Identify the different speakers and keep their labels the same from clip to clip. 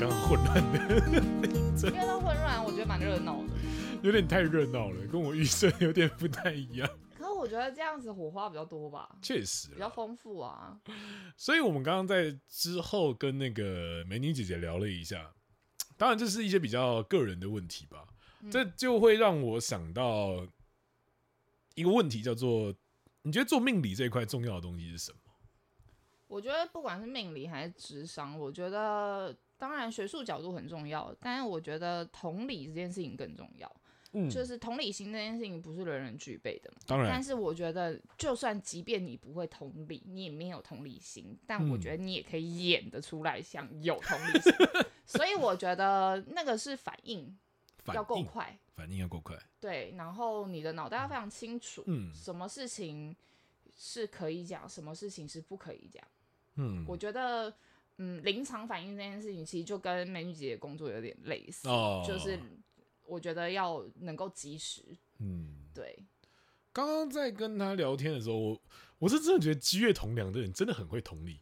Speaker 1: 啊混乱的那一阵，
Speaker 2: 因为它混乱，我觉得蛮热闹的。
Speaker 1: 有点太热闹了，跟我预设有点不太一样。
Speaker 2: 可是我觉得这样子火花比较多吧，
Speaker 1: 确实
Speaker 2: 比
Speaker 1: 啦，
Speaker 2: 较丰富啊。
Speaker 1: 所以我们刚刚在之后跟那个美女姐姐聊了一下，当然这是一些比较个人的问题吧，
Speaker 2: 嗯
Speaker 1: 这就会让我想到一个问题，叫做你觉得做命理这一块重要的东西是什么？
Speaker 2: 我觉得不管是命理还是智商，我觉得当然学术角度很重要，但是我觉得同理这件事情更重要。
Speaker 1: 嗯
Speaker 2: 就是同理心这件事情不是人人具备的嘛。
Speaker 1: 当然
Speaker 2: 但是我觉得，就算即便你不会同理，你也没有同理心，但我
Speaker 1: 嗯
Speaker 2: 觉得你也可以演得出来像有同理心。 所以我觉得那个是反应
Speaker 1: 反
Speaker 2: 要够
Speaker 1: 应
Speaker 2: 快，
Speaker 1: 反应要够快，
Speaker 2: 对，然后你的脑袋要非常清楚，
Speaker 1: 嗯
Speaker 2: 什么事情是可以讲，什么事情是不可以讲。
Speaker 1: 嗯
Speaker 2: 我觉得，嗯，临场反应这件事情其实就跟美女姐姐工作有点类似，
Speaker 1: 哦
Speaker 2: 就是我觉得要能够及时，
Speaker 1: 嗯。
Speaker 2: 对，
Speaker 1: 刚刚在跟他聊天的时候，我我是真的觉得积月同梁的人真的很会同理，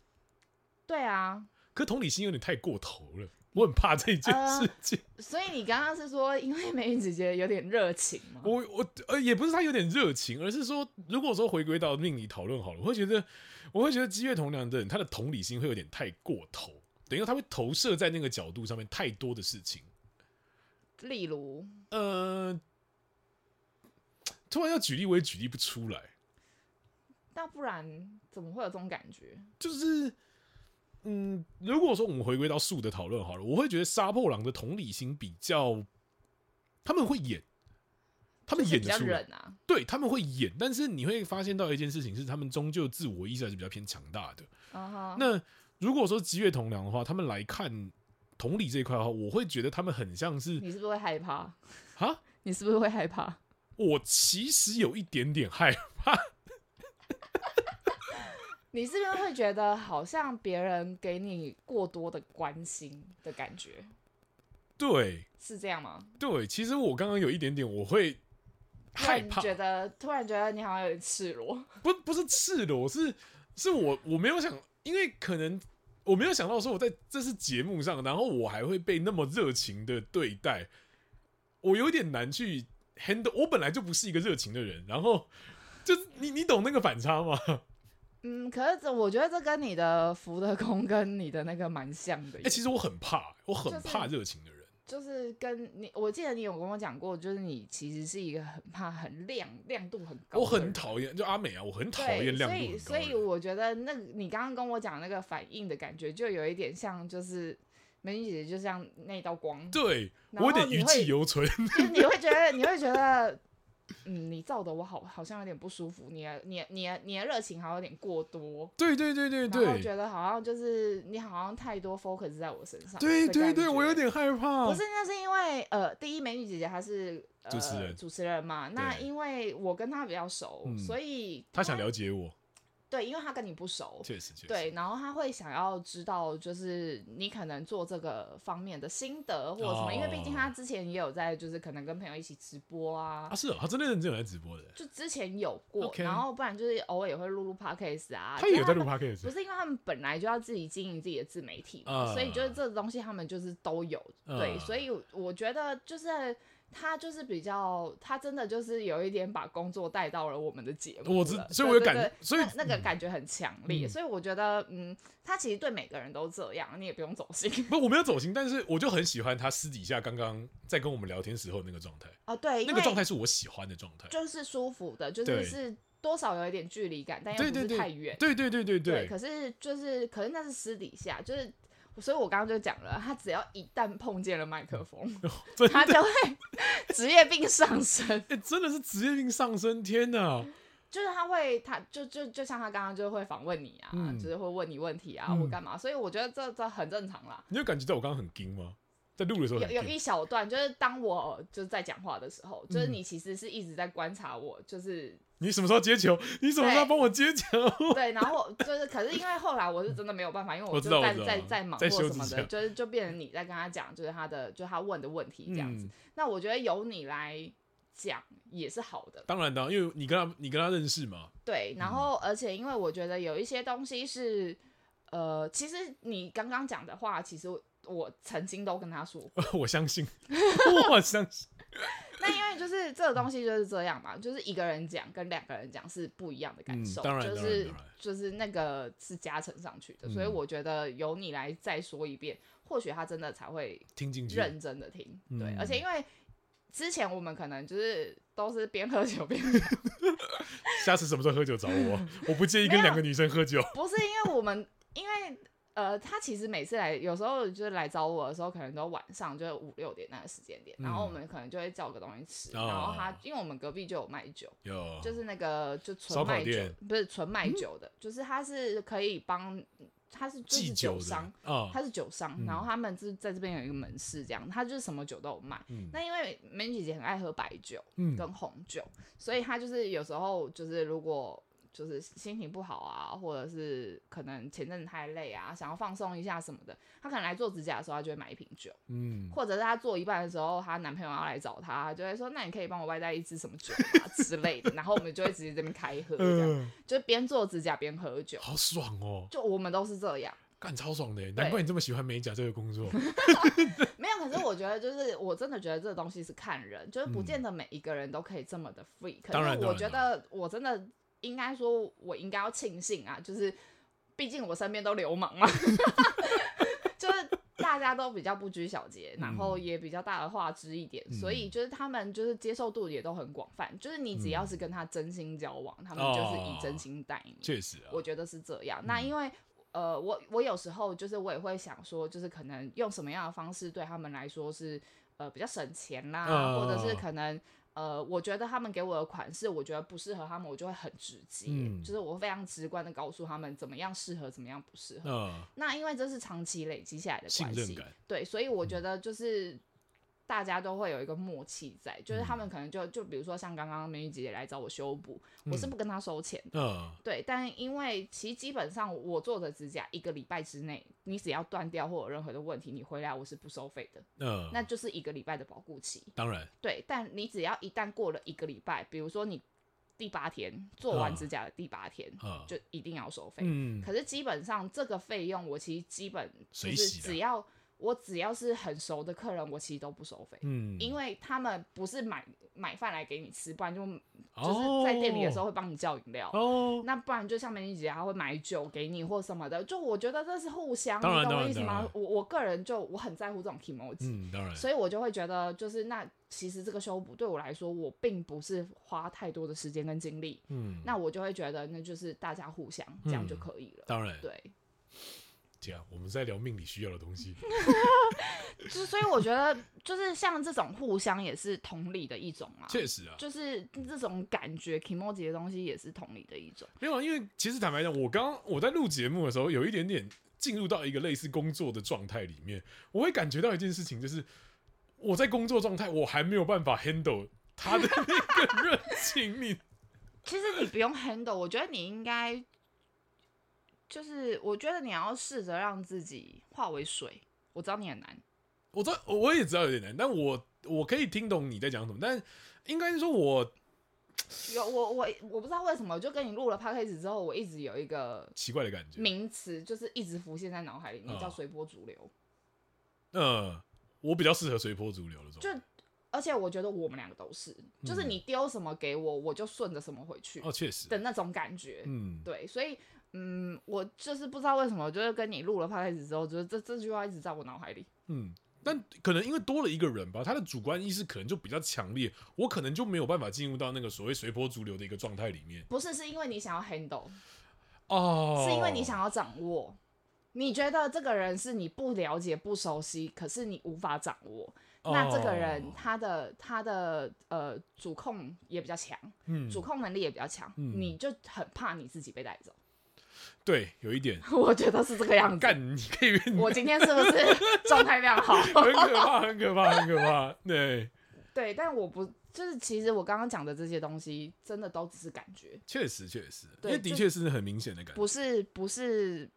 Speaker 2: 对啊。
Speaker 1: 可同理心有点太过头了，我很怕这件事情。
Speaker 2: 所以你刚刚是说，因为美女姐姐有点热情吗？
Speaker 1: 我我呃，也不是他有点热情，而是说，如果说回归到命理讨论好了，我会觉得，我会觉得积月同梁的人，他的同理心会有点太过头，等于说他会投射在那个角度上面太多的事情。
Speaker 2: 例如，
Speaker 1: 呃，突然要举例，我也举例不出来。
Speaker 2: 那不然怎么会有这种感觉？
Speaker 1: 就是，嗯，如果说我们回归到树的讨论好了，我会觉得杀破狼的同理心比较，他们会演，他们
Speaker 2: 就是
Speaker 1: 演
Speaker 2: 比
Speaker 1: 得
Speaker 2: 较
Speaker 1: 出来，
Speaker 2: 忍啊，
Speaker 1: 对他们会演，但是你会发现到一件事情是，他们终究自我意识还啊是比较偏强大的。
Speaker 2: 嗯哼，
Speaker 1: 那如果说极月同梁的话，他们来看同理这一块的话，我会觉得他们很像是
Speaker 2: 你是不是会害怕？
Speaker 1: 啊，
Speaker 2: 你是不是会害怕？
Speaker 1: 我其实有一点点害怕，
Speaker 2: 你是不是会觉得好像别人给你过多的关心的感觉？
Speaker 1: 对
Speaker 2: 是这样吗？
Speaker 1: 对，其实我刚刚有一点点我会
Speaker 2: 突
Speaker 1: 害
Speaker 2: 然
Speaker 1: 怕，
Speaker 2: 觉得突然觉得你好像有点赤裸，
Speaker 1: 不不是赤裸，是是我我没有想，因为可能我没有想到说我在这是节目上，然后我还会被那么热情的对待，我有点难去 handle。我本来就不是一个热情的人，然后就是你你懂那个反差吗？
Speaker 2: 嗯，可是这我觉得这跟你的福德宫跟你的那个蛮像的
Speaker 1: 哎、
Speaker 2: 耶，
Speaker 1: 其实我很怕，我很
Speaker 2: 就是
Speaker 1: 怕热情的人。
Speaker 2: 就是跟你，我记得你有跟我讲过，就是你其实是一个很怕很亮亮度很高的人，
Speaker 1: 我很讨厌，就阿美啊，我很讨
Speaker 2: 对
Speaker 1: 厌亮度
Speaker 2: 所
Speaker 1: 很
Speaker 2: 以
Speaker 1: 高的
Speaker 2: 所以
Speaker 1: 人。
Speaker 2: 我觉得那你刚刚跟我讲那个反应的感觉，就有一点像就是美女姐姐就像那道光，
Speaker 1: 对
Speaker 2: 然
Speaker 1: 我有
Speaker 2: 后
Speaker 1: 点
Speaker 2: 你
Speaker 1: 余
Speaker 2: 会
Speaker 1: 悸犹存。
Speaker 2: 就是你会觉得，你会觉得，嗯，你照的我好好像有点不舒服，你的你的你的你的热情好像有点过多，
Speaker 1: 对对对对
Speaker 2: 然后
Speaker 1: 对
Speaker 2: 觉得好像就是你好像太多 focus 在我身上，
Speaker 1: 对对对，
Speaker 2: 的感觉
Speaker 1: 我有。点害怕。
Speaker 2: 不是，那是因为呃，第一美女姐姐她是、呃、
Speaker 1: 主持人
Speaker 2: 主持人嘛。那
Speaker 1: 对
Speaker 2: 因为我跟她比较熟，
Speaker 1: 嗯
Speaker 2: 所以
Speaker 1: 他想了解我，
Speaker 2: 对，因为她跟你不熟，
Speaker 1: 确实确实。
Speaker 2: 对，然后他会想要知道，就是你可能做这个方面的心得或者什么，因为毕竟
Speaker 1: 哦
Speaker 2: 他之前也有在，就是可能跟朋友一起直播啊
Speaker 1: 啊，，是哦，他真的认真有在直播的。
Speaker 2: 就之前有过
Speaker 1: OK
Speaker 2: 然后不然就是偶尔也会录录 podcast 啊。
Speaker 1: 他
Speaker 2: 就
Speaker 1: 也有在
Speaker 2: 们
Speaker 1: 录 podcast，
Speaker 2: 不是因为他们本来就要自己经营自己的自媒体嘛，
Speaker 1: 啊
Speaker 2: 所以就是这个东西他们就是都有，
Speaker 1: 啊
Speaker 2: 对，所以我觉得就是。他就是比较，他真的就是有一点把工作带到了我们的节目了，
Speaker 1: 我知
Speaker 2: 对
Speaker 1: 所以我有
Speaker 2: 对
Speaker 1: 感
Speaker 2: 对
Speaker 1: 所以
Speaker 2: 那那个感觉很强烈，
Speaker 1: 嗯
Speaker 2: 所以我觉得，嗯，他其实对每个人都这样，你也不用走心。
Speaker 1: 不，我没有走心，但是我就很喜欢他私底下刚刚在跟我们聊天时候那个状态，
Speaker 2: 哦，对，因
Speaker 1: 那
Speaker 2: 为
Speaker 1: 个状态是我喜欢的状态。
Speaker 2: 就是舒服的，就
Speaker 1: 对
Speaker 2: 是是多少有一点距离感，但
Speaker 1: 对
Speaker 2: 又不
Speaker 1: 对
Speaker 2: 是
Speaker 1: 对，
Speaker 2: 太远，
Speaker 1: 对对对对
Speaker 2: 对，
Speaker 1: 对，
Speaker 2: 可是就是，可是那是私底下，就是，所以我刚刚就讲了，他只要一旦碰见了麦克风，
Speaker 1: 真
Speaker 2: 他
Speaker 1: 的，
Speaker 2: 就会职业病上升，
Speaker 1: 哎、真的是职业病上升，天哪！
Speaker 2: 就是他会，他就就就像他刚刚就会访问你啊，
Speaker 1: 嗯
Speaker 2: 就是会问你问题啊，
Speaker 1: 嗯
Speaker 2: 或干嘛，所以我觉得这这很正常啦。
Speaker 1: 你有感觉到我刚刚很惊吗？在录的时候
Speaker 2: 有
Speaker 1: 很
Speaker 2: 有
Speaker 1: 惊，
Speaker 2: 一小段，就是当我就是在讲话的时候，就是
Speaker 1: 嗯
Speaker 2: 你其实是一直在观察我， 就是
Speaker 1: 你什么时候接球？你什么时候
Speaker 2: 对
Speaker 1: 帮我接球？
Speaker 2: 对，然后就是，可是因为后来我是真的没有办法，因为
Speaker 1: 我知道
Speaker 2: 就在
Speaker 1: 我知道
Speaker 2: 在在忙
Speaker 1: 在
Speaker 2: 或
Speaker 1: 休
Speaker 2: 什
Speaker 1: 息
Speaker 2: 么
Speaker 1: 一
Speaker 2: 的
Speaker 1: 下，
Speaker 2: 就是就变成你在跟他讲，就是他的就他问的问题 这样子。
Speaker 1: 嗯
Speaker 2: 那我觉得由你来讲也是好的，
Speaker 1: 当然的，因为你跟他你跟他认识嘛，
Speaker 2: 对。
Speaker 1: 嗯
Speaker 2: 然后而且因为我觉得有一些东西是，呃，其实你刚刚讲的话，其实我曾经都跟他说 过。
Speaker 1: 我相信，我相信，
Speaker 2: 那因为就是这个东西就是这样嘛，就是一个人讲跟两个人讲是不一样的感
Speaker 1: 嗯
Speaker 2: 受，
Speaker 1: 当然
Speaker 2: 就
Speaker 1: 当然
Speaker 2: 是
Speaker 1: 当然
Speaker 2: 就是那个是加成上去的，所以
Speaker 1: 嗯
Speaker 2: 我觉得由你来再说一遍，或许他真的才会
Speaker 1: 听进去，
Speaker 2: 认真的听，对，
Speaker 1: 嗯
Speaker 2: 而且因为之前我们可能就是都是边喝酒边，
Speaker 1: 下次什么时候喝酒找 我，我不介意跟两个女生喝酒。
Speaker 2: 不是因为我们因为呃，他其实每次来，有时候就是来找我的时候，可能都晚上就是五六点那个时间点，然后我
Speaker 1: 嗯
Speaker 2: 们可能就会叫个东西吃，
Speaker 1: 哦
Speaker 2: 然后他因为我们隔壁就有卖酒，
Speaker 1: 有，
Speaker 2: 就是那个就
Speaker 1: 烧烤
Speaker 2: 纯卖酒
Speaker 1: 店，嗯
Speaker 2: 不是纯卖酒的，就是他是可以帮，他是就
Speaker 1: 祭
Speaker 2: 是
Speaker 1: 酒的
Speaker 2: 商。
Speaker 1: 啊，
Speaker 2: 他是酒商，然后他们是在这边有一个门市，这样，他就是什么酒都有卖。
Speaker 1: 嗯
Speaker 2: 那因为梅姐姐很爱喝白酒，
Speaker 1: 嗯
Speaker 2: 跟红酒，所以他就是有时候就是如果就是心情不好啊，或者是可能前阵子太累啊，想要放松一下什么的，他可能来做指甲的时候，他就会买一瓶酒，
Speaker 1: 嗯，
Speaker 2: 或者是他做一半的时候，她男朋友要来找她，她就会说那你可以帮我外带一支什么酒啊之类的，然后我们就会直接这边开喝，这样、
Speaker 1: 嗯，
Speaker 2: 就边做指甲边喝酒，
Speaker 1: 好爽哦，
Speaker 2: 就我们都是这样。
Speaker 1: 干超爽的，难怪你这么喜欢美甲这个工 作。
Speaker 2: 没有，可是我觉得就是我真的觉得这个东西是看人，就是不见得每一个人都可以这么的 free、可
Speaker 1: 嗯当然
Speaker 2: 是
Speaker 1: 当
Speaker 2: 我
Speaker 1: 然
Speaker 2: 觉得我真的应该说，我应该要庆幸啊，就是毕竟我身边都流氓嘛， 就是大家都比较不拘小节，然后也比较大而化之一点，
Speaker 1: 嗯嗯
Speaker 2: 所以就是他们就是接受度也都很广泛，就是你只要是跟他真心交往，他们就是
Speaker 1: 哦
Speaker 2: 以真心待你。
Speaker 1: 确实啊，
Speaker 2: 我觉得是这样。那
Speaker 1: 嗯
Speaker 2: 因为呃，我我有时候就是我也会想说，就是可能用什么样的方式对他们来说是呃比较省钱啦，
Speaker 1: 嗯
Speaker 2: 或者是可能。呃，我觉得他们给我的款式，我觉得不适合他们，我就会很直接，
Speaker 1: 嗯
Speaker 2: 就是我非常直观的告诉他们怎么样适合，怎么样不适合。
Speaker 1: 嗯，
Speaker 2: 那因为这是长期累积下来的
Speaker 1: 信
Speaker 2: 关
Speaker 1: 任
Speaker 2: 系
Speaker 1: 感，嗯
Speaker 2: 对，所以我觉得就是大家都会有一个默契在，就是
Speaker 1: 嗯
Speaker 2: 他们可能就就比如说像刚刚美女姐姐来找我修补，我是不跟她收钱的
Speaker 1: 嗯，
Speaker 2: 对，但因为其实基本上我做的指甲一个礼拜之内，你只要断掉或有任何的问题，你回来我是不收费的，
Speaker 1: 嗯，
Speaker 2: 那就是一个礼拜的保护期。
Speaker 1: 当然，
Speaker 2: 对，但你只要一旦过了一个礼拜，比如说你第八天做完指甲的第八天，
Speaker 1: 嗯
Speaker 2: 就一定要收费。
Speaker 1: 嗯，
Speaker 2: 可是基本上这个费用，我其实基本就
Speaker 1: 水
Speaker 2: 是
Speaker 1: 洗的
Speaker 2: 只要我只要是很熟的客人，我其实都不收费，
Speaker 1: 嗯，
Speaker 2: 因为他们不是买买饭来给你吃，不然就就是
Speaker 1: 哦
Speaker 2: 在店里的时候会帮你叫饮料。
Speaker 1: 哦，
Speaker 2: 那不然就像美女姐她会买酒给你或什么的，就我觉得这是互相，
Speaker 1: 当然
Speaker 2: 你懂
Speaker 1: 当
Speaker 2: 我
Speaker 1: 然
Speaker 2: 意思
Speaker 1: 当
Speaker 2: 吗
Speaker 1: 然？
Speaker 2: 我我个人就我很在乎这种 emoji，、
Speaker 1: 嗯，当然，
Speaker 2: 所以我就会觉得就是那其实这个修补对我来说，我并不是花太多的时间跟精力，
Speaker 1: 嗯，
Speaker 2: 那我就会觉得那就是大家互相这样就可以了。
Speaker 1: 当然，
Speaker 2: 对，
Speaker 1: 这样我们在聊命理需要的东 西。
Speaker 2: 就是所以我觉得就是像这种互相也是同理的一种啊，
Speaker 1: 确实啊，
Speaker 2: 就是这种感觉 emoji 的东西也是同理的一种。
Speaker 1: 没有啊，因为其实坦白讲，我刚我在录节目的时候，有一点点进入到一个类似工作的状态里面，我会感觉到一件事情，就是我在工作状态，我还没有办法 handle 他的那个热情。 你
Speaker 2: 其实你不用 handle，我觉得你应该就是，我觉得你要试着让自己化为水。我知道你很难，
Speaker 1: 我知道，我也知道有点难，但我我可以听懂你在讲什么，但应该是说我
Speaker 2: 有我我我不知道为什么，就跟你录了 p a c a s e 之后，我一直有一个
Speaker 1: 奇怪的感觉，
Speaker 2: 名词，就是一直浮现在脑海里面，
Speaker 1: 哦
Speaker 2: 叫随波逐流。
Speaker 1: 嗯，我比较适合随波逐流的这种。
Speaker 2: 而且我觉得我们两个都是，就是你丢什么给我，我就顺着什么回去
Speaker 1: 哦，确实，
Speaker 2: 的那种感觉。
Speaker 1: 嗯，
Speaker 2: 对，所以嗯，我就是不知道为什么，就是跟你录了 p a c a s e 之后，就是这这句话一直在我脑海里。
Speaker 1: 嗯，但可能因为多了一个人吧，他的主观意识可能就比较强烈，我可能就没有办法进入到那个所谓随波逐流的一个状态里面。
Speaker 2: 不是，是因为你想要 handle。
Speaker 1: 哦，
Speaker 2: 是因为你想要掌握。你觉得这个人是你不了解、不熟悉，可是你无法掌握。
Speaker 1: 哦
Speaker 2: 那这个人他的他的呃主控也比较强，
Speaker 1: 嗯
Speaker 2: 主控能力也比较强，
Speaker 1: 嗯
Speaker 2: 你就很怕你自己被带走。
Speaker 1: 对有一点
Speaker 2: 我觉得是这个样子。
Speaker 1: 干，你可以 很
Speaker 2: 我今天是不是状态非常 好？
Speaker 1: 可怕，很可怕，很可怕。对，
Speaker 2: 对，但我不就是，其实我刚刚讲的这些东西，真的都只是感觉，
Speaker 1: 确实确实，因
Speaker 2: 对
Speaker 1: 为的
Speaker 2: 就
Speaker 1: 确是很明显的感觉。
Speaker 2: 不是不是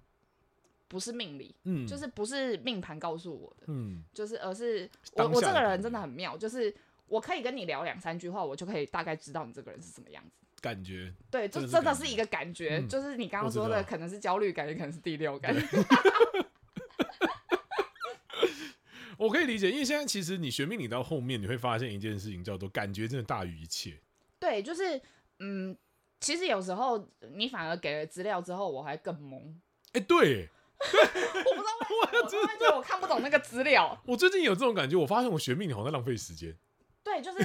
Speaker 2: 不是命理，
Speaker 1: 嗯，
Speaker 2: 就是不是命盘告诉我的。
Speaker 1: 嗯，
Speaker 2: 就是而是我
Speaker 1: 当下的
Speaker 2: 我这个
Speaker 1: 感觉
Speaker 2: 人真的很妙，就是我可以跟你聊两三句话，我就可以大概知道你这个人是什么样子。
Speaker 1: 感觉
Speaker 2: 对，
Speaker 1: 这
Speaker 2: 这
Speaker 1: 是
Speaker 2: 真的
Speaker 1: 感觉
Speaker 2: 是一个感觉，
Speaker 1: 嗯
Speaker 2: 就是你刚
Speaker 1: 我
Speaker 2: 刚
Speaker 1: 知
Speaker 2: 说
Speaker 1: 道
Speaker 2: 的，可能是焦虑感，也可能是第六感。
Speaker 1: 我可以理解，因为现在其实你学命理到后面，你会发现一件事情，叫做感觉真的大于一切。
Speaker 2: 对，就是嗯，其实有时候你反而给了资料之后，我还更懵。
Speaker 1: 哎、对
Speaker 2: 我不知 道为什么，我突然觉得我看不懂那个资料。
Speaker 1: 我最近有这种感觉，我发现我学命理好像在浪费时间。
Speaker 2: 对，就是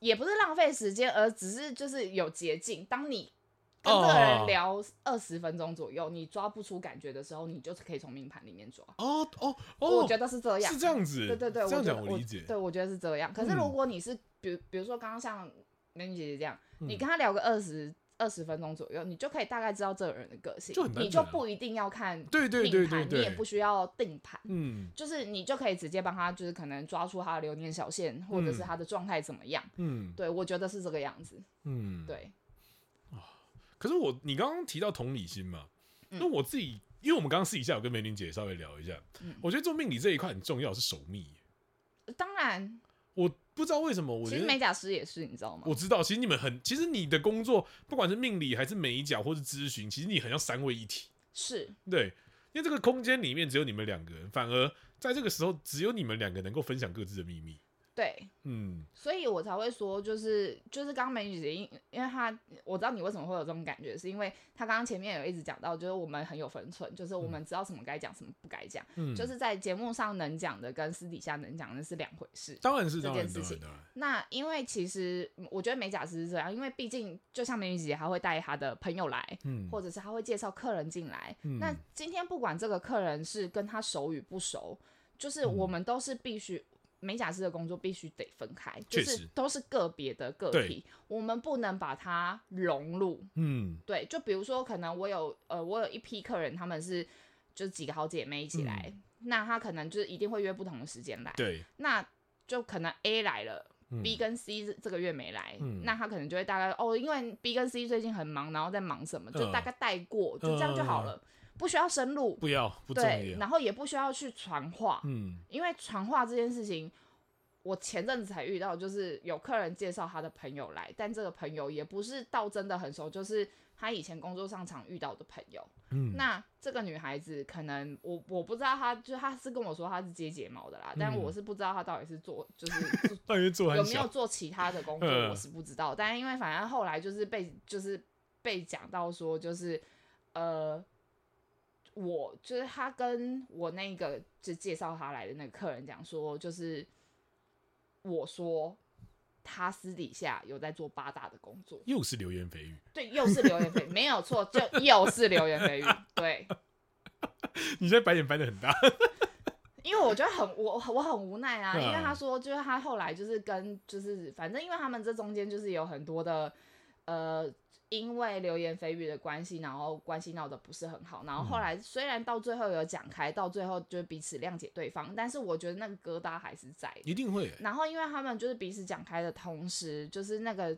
Speaker 2: 也不是浪费时间，而只是就是有捷径。当你跟这个
Speaker 1: 哦
Speaker 2: 人聊二十分钟左右，你抓不出感觉的时候，你就是可以从命盘里面抓。
Speaker 1: 哦哦
Speaker 2: 我
Speaker 1: 哦，
Speaker 2: 觉得是这样，
Speaker 1: 是这样子，
Speaker 2: 对对对，
Speaker 1: 这样
Speaker 2: 觉得
Speaker 1: 讲我理解。
Speaker 2: 对，我觉得是这样。可是
Speaker 1: 嗯
Speaker 2: 如果你是，比如比如说刚刚像美女姐姐这样，你
Speaker 1: 嗯
Speaker 2: 跟她聊个二十二十分钟左右，你就可以大概知道这个人的个性，
Speaker 1: 就很单
Speaker 2: 你就
Speaker 1: 纯啊
Speaker 2: 不一定要看定
Speaker 1: 对对对对
Speaker 2: 盘，你也
Speaker 1: 对
Speaker 2: 不，需要定盘。
Speaker 1: 嗯
Speaker 2: 就是你就可以直接帮他，就是可能抓出他的流年小线，或者是
Speaker 1: 嗯
Speaker 2: 他的状态怎么样。
Speaker 1: 嗯
Speaker 2: 对，我觉得是这个样子。
Speaker 1: 嗯，。
Speaker 2: 对，
Speaker 1: 可是我，你刚刚提到同理心嘛，
Speaker 2: 嗯
Speaker 1: 那我自己，因为我们刚刚私底下有跟梅玲姐稍微聊一下，
Speaker 2: 嗯
Speaker 1: 我觉得做命理这一块很重要，是守密。
Speaker 2: 当然，
Speaker 1: 我不知道为什么，我
Speaker 2: 其
Speaker 1: 觉
Speaker 2: 实美
Speaker 1: 得
Speaker 2: 甲师也是，你知道吗？
Speaker 1: 我知道，其实你们很，其实你的工作不管是命理还是美甲或是咨询，其实你很像三位一体，
Speaker 2: 是
Speaker 1: 对，因为这个空间里面只有你们两个人，反而在这个时候只有你们两个能够分享各自的秘密。
Speaker 2: 对，
Speaker 1: 嗯
Speaker 2: 所以我才会说，就是就是刚刚美女姐姐，因因为她我知道你为什么会有这种感觉，是因为她刚刚前面有一直讲到，就是我们很有分寸，就是我们知道什么该讲，什么不该讲，
Speaker 1: 嗯，
Speaker 2: 就是在节目上能讲的跟私底下能讲的是两回事。
Speaker 1: 当然是
Speaker 2: 这
Speaker 1: 当
Speaker 2: 件
Speaker 1: 然
Speaker 2: 事
Speaker 1: 当然
Speaker 2: 情
Speaker 1: 当然，
Speaker 2: 那因为其实嗯我觉得美甲师是这样，因为毕竟就像美女姐姐，她会带她的朋友来，
Speaker 1: 嗯，
Speaker 2: 或者是她会介绍客人进来。
Speaker 1: 嗯
Speaker 2: 那今天不管这个客人是跟她熟与不熟，就是
Speaker 1: 嗯
Speaker 2: 我们都是必须。美甲师的工作必须得分开，就
Speaker 1: 确
Speaker 2: 是
Speaker 1: 实
Speaker 2: 都是个别的个
Speaker 1: 对
Speaker 2: 体，我们不能把它融入。
Speaker 1: 嗯
Speaker 2: 对，就比如说，可能我有呃，我有一批客人，他们是就几个好姐妹一起来，那她可能就是一定会约不同的时间来。
Speaker 1: 嗯对，
Speaker 2: 那就可能 A 来了。
Speaker 1: 嗯
Speaker 2: B 跟 C 这这个月没来，
Speaker 1: 嗯
Speaker 2: 那他可能就会大概哦，因为 B 跟 C 最近很忙，然后在忙什么，就
Speaker 1: 嗯
Speaker 2: 大概带过，就这样就好了，嗯不需要深入，
Speaker 1: 不要不重
Speaker 2: 对，
Speaker 1: 要，
Speaker 2: 然后也不需要去传话，
Speaker 1: 嗯
Speaker 2: 因为传话这件事情，我前阵子才遇到，就是有客人介绍他的朋友来，但这个朋友也不是到真的很熟，就是他以前工作上常遇到的朋友，
Speaker 1: 嗯，
Speaker 2: 那这个女孩子可能我我不知道她，就是她是跟我说她是接睫毛的啦，但
Speaker 1: 嗯
Speaker 2: 我是不知道她到底是做就是做
Speaker 1: 那因为做
Speaker 2: 有
Speaker 1: 很
Speaker 2: 没有
Speaker 1: 小，
Speaker 2: 做其他的工作，
Speaker 1: 嗯
Speaker 2: 我是不知道。但因为反正后来就是被就是被讲到说就是呃。我就是她跟我那个就介绍她来的那个客人讲说，就是我说她私底下有在做八大的工作，
Speaker 1: 又是流言蜚 语。
Speaker 2: 对，又是流言蜚语，没有错，就又是流言蜚语，对。
Speaker 1: 你现在白眼翻的很大，
Speaker 2: 因为我觉得很我我很无奈啊，
Speaker 1: 嗯
Speaker 2: 因为他说就是他后来就是跟就是反正因为他们这中间就是有很多的呃因为流言蜚语的关系，然后关系闹得不是很好，然后后来虽然到最后有讲开，到最后就是彼此谅解对方，但是我觉得那个疙瘩还是在的。
Speaker 1: 一定会、
Speaker 2: 然后因为他们就是彼此讲开的同时，就是那个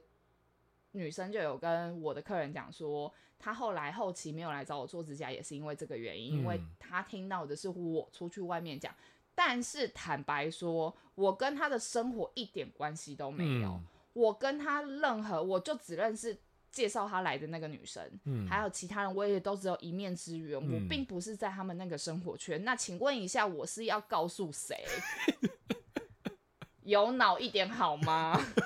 Speaker 2: 女生就有跟我的客人讲说，她后来后期没有来找我做指甲，也是因为这个原因，因为
Speaker 1: 嗯
Speaker 2: 她听到的是我出去外面讲。但是坦白说，我跟她的生活一点关系都没有。
Speaker 1: 嗯
Speaker 2: 我跟她任何，我就只认识介绍她来的那个女生，
Speaker 1: 嗯
Speaker 2: 还有其他人，我也都只有一面之缘。我
Speaker 1: 嗯
Speaker 2: 并不是在他们那个生活圈。那请问一下，我是要告诉谁？ 有脑一点好吗？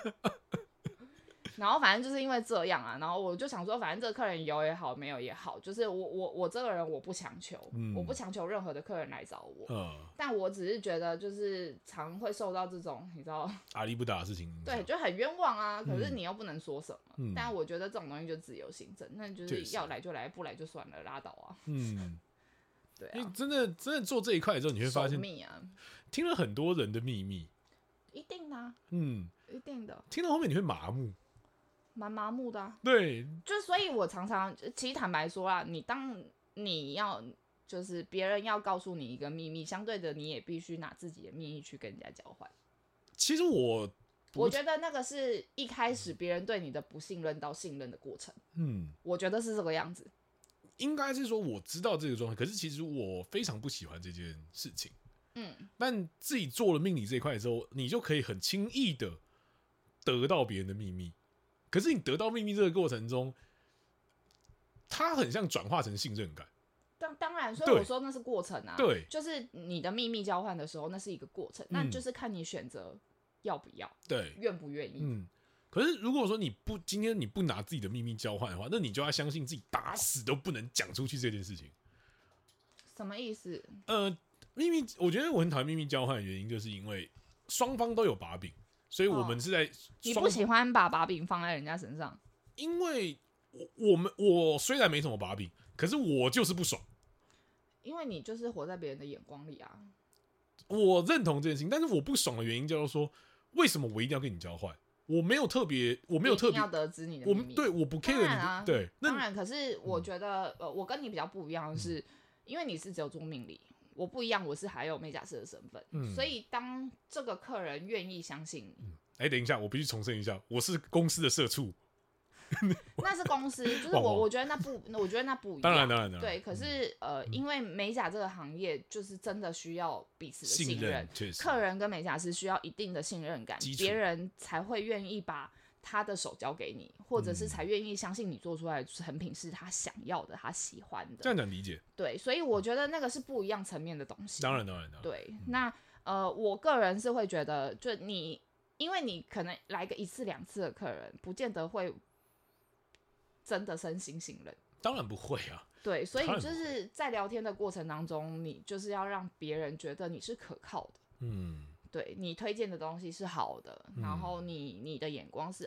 Speaker 2: 然后反正就是因为这样啊，然后我就想说，反正这个客人有也好，没有也好，就是我我我这个人我不强求，
Speaker 1: 嗯
Speaker 2: 我不强求任何的客人来找我，
Speaker 1: 呃，
Speaker 2: 但我只是觉得就是常会受到这种你知道，
Speaker 1: 阿力不达的事情影响，
Speaker 2: 对，就很冤枉啊。可是
Speaker 1: 嗯
Speaker 2: 你又不能说什么，
Speaker 1: 嗯
Speaker 2: 但我觉得这种东西就自由行政，那就
Speaker 1: 确
Speaker 2: 是
Speaker 1: 实
Speaker 2: 要来就来，不来就算了，拉倒啊。
Speaker 1: 嗯，
Speaker 2: 对
Speaker 1: 因为
Speaker 2: 啊，
Speaker 1: 真的真的做这一块之后，你会发
Speaker 2: 守
Speaker 1: 现
Speaker 2: 密啊，
Speaker 1: 听了很多人的秘密，
Speaker 2: 一定的、啊，
Speaker 1: 嗯，
Speaker 2: 一定的，
Speaker 1: 听到后面你会麻木，
Speaker 2: 蛮麻木的、啊。
Speaker 1: 对，
Speaker 2: 就所以，我常常其实坦白说啦，你当你要就是别人要告诉你一个秘密，相对的你也必须拿自己的秘密去跟人家交换。
Speaker 1: 其实我不
Speaker 2: 我觉得那个是一开始别人对你的不信任到信任的过程，
Speaker 1: 嗯，
Speaker 2: 我觉得是这个样子。
Speaker 1: 应该是说我知道这个状态，可是其实我非常不喜欢这件事情。
Speaker 2: 嗯，
Speaker 1: 但自己做了命理这一块之后，你就可以很轻易的得到别人的秘密。可是你得到秘密这个过程中，它很像转化成信任感。
Speaker 2: 当当然换，所以
Speaker 1: 对
Speaker 2: 我说那是过程啊。
Speaker 1: 对嗯
Speaker 2: 就是你的秘密交换的时候，那是一个过程，那就是看你选择要不要，
Speaker 1: 对，
Speaker 2: 愿不愿意。
Speaker 1: 嗯。可是如果说你不今天你不拿自己的秘密交换的话，那你就要相信自己打死都不能讲出去这件事情。
Speaker 2: 什么意思？
Speaker 1: 呃，秘密，我觉得我很讨厌秘密交换的原因，就是因为双方都有把柄，所以我们是在
Speaker 2: 你
Speaker 1: 双、
Speaker 2: 不喜欢把把柄放在人家身上？
Speaker 1: 因为我我们我虽然没什么把柄，可是我就是不爽，
Speaker 2: 因为你就是活在别人的眼光里啊。
Speaker 1: 我认同这件事情，但是我不爽的原因叫做说，为什么我一定要跟你交换？我没有特别，我没有
Speaker 2: 你一
Speaker 1: 特
Speaker 2: 定
Speaker 1: 别
Speaker 2: 要，得知你的
Speaker 1: 我
Speaker 2: 秘
Speaker 1: 们
Speaker 2: 密。
Speaker 1: 对我不 care 你
Speaker 2: 当
Speaker 1: 嗯
Speaker 2: 然
Speaker 1: 的，
Speaker 2: 啊
Speaker 1: 对，
Speaker 2: 当
Speaker 1: 那
Speaker 2: 然，可是我觉得，呃，我跟你比较不一样的是，因为你是只有做命理，我不一样，我是还有美甲师的身份，
Speaker 1: 嗯
Speaker 2: 所以当这个客人愿意相信你，
Speaker 1: 哎、等一下，我必须重申一下，我是公司的社畜，
Speaker 2: 那是公 司，就是
Speaker 1: 哇哇
Speaker 2: 我，我觉得那不，我觉得那不一样。
Speaker 1: 当然当然当然，
Speaker 2: 对，可是呃，因为美甲这个行业就是真的需要彼此的
Speaker 1: 信
Speaker 2: 任，
Speaker 1: 任确实，
Speaker 2: 客人跟美甲师需要一定的信任感
Speaker 1: 基，础
Speaker 2: 别人才会愿意把他的手交给你，或
Speaker 1: 嗯
Speaker 2: 者是才愿意相信你做出来的成品是他想要的、他喜欢
Speaker 1: 这
Speaker 2: 的。
Speaker 1: 样讲理解，
Speaker 2: 对，所以我觉得那个是不一样层面的东西。
Speaker 1: 当然嗯当然当然，
Speaker 2: 对，那呃，我个人是会觉得，就你，因为你可能来个一次两次的客人，不见得会真的深信信任。
Speaker 1: 当然不会啊，
Speaker 2: 对，所以
Speaker 1: 当然
Speaker 2: 就
Speaker 1: 不
Speaker 2: 是在聊天的过程当中，你就是要让别人觉得你是可靠的。
Speaker 1: 嗯，
Speaker 2: 对你推荐的东西是好的，然后你你的眼光是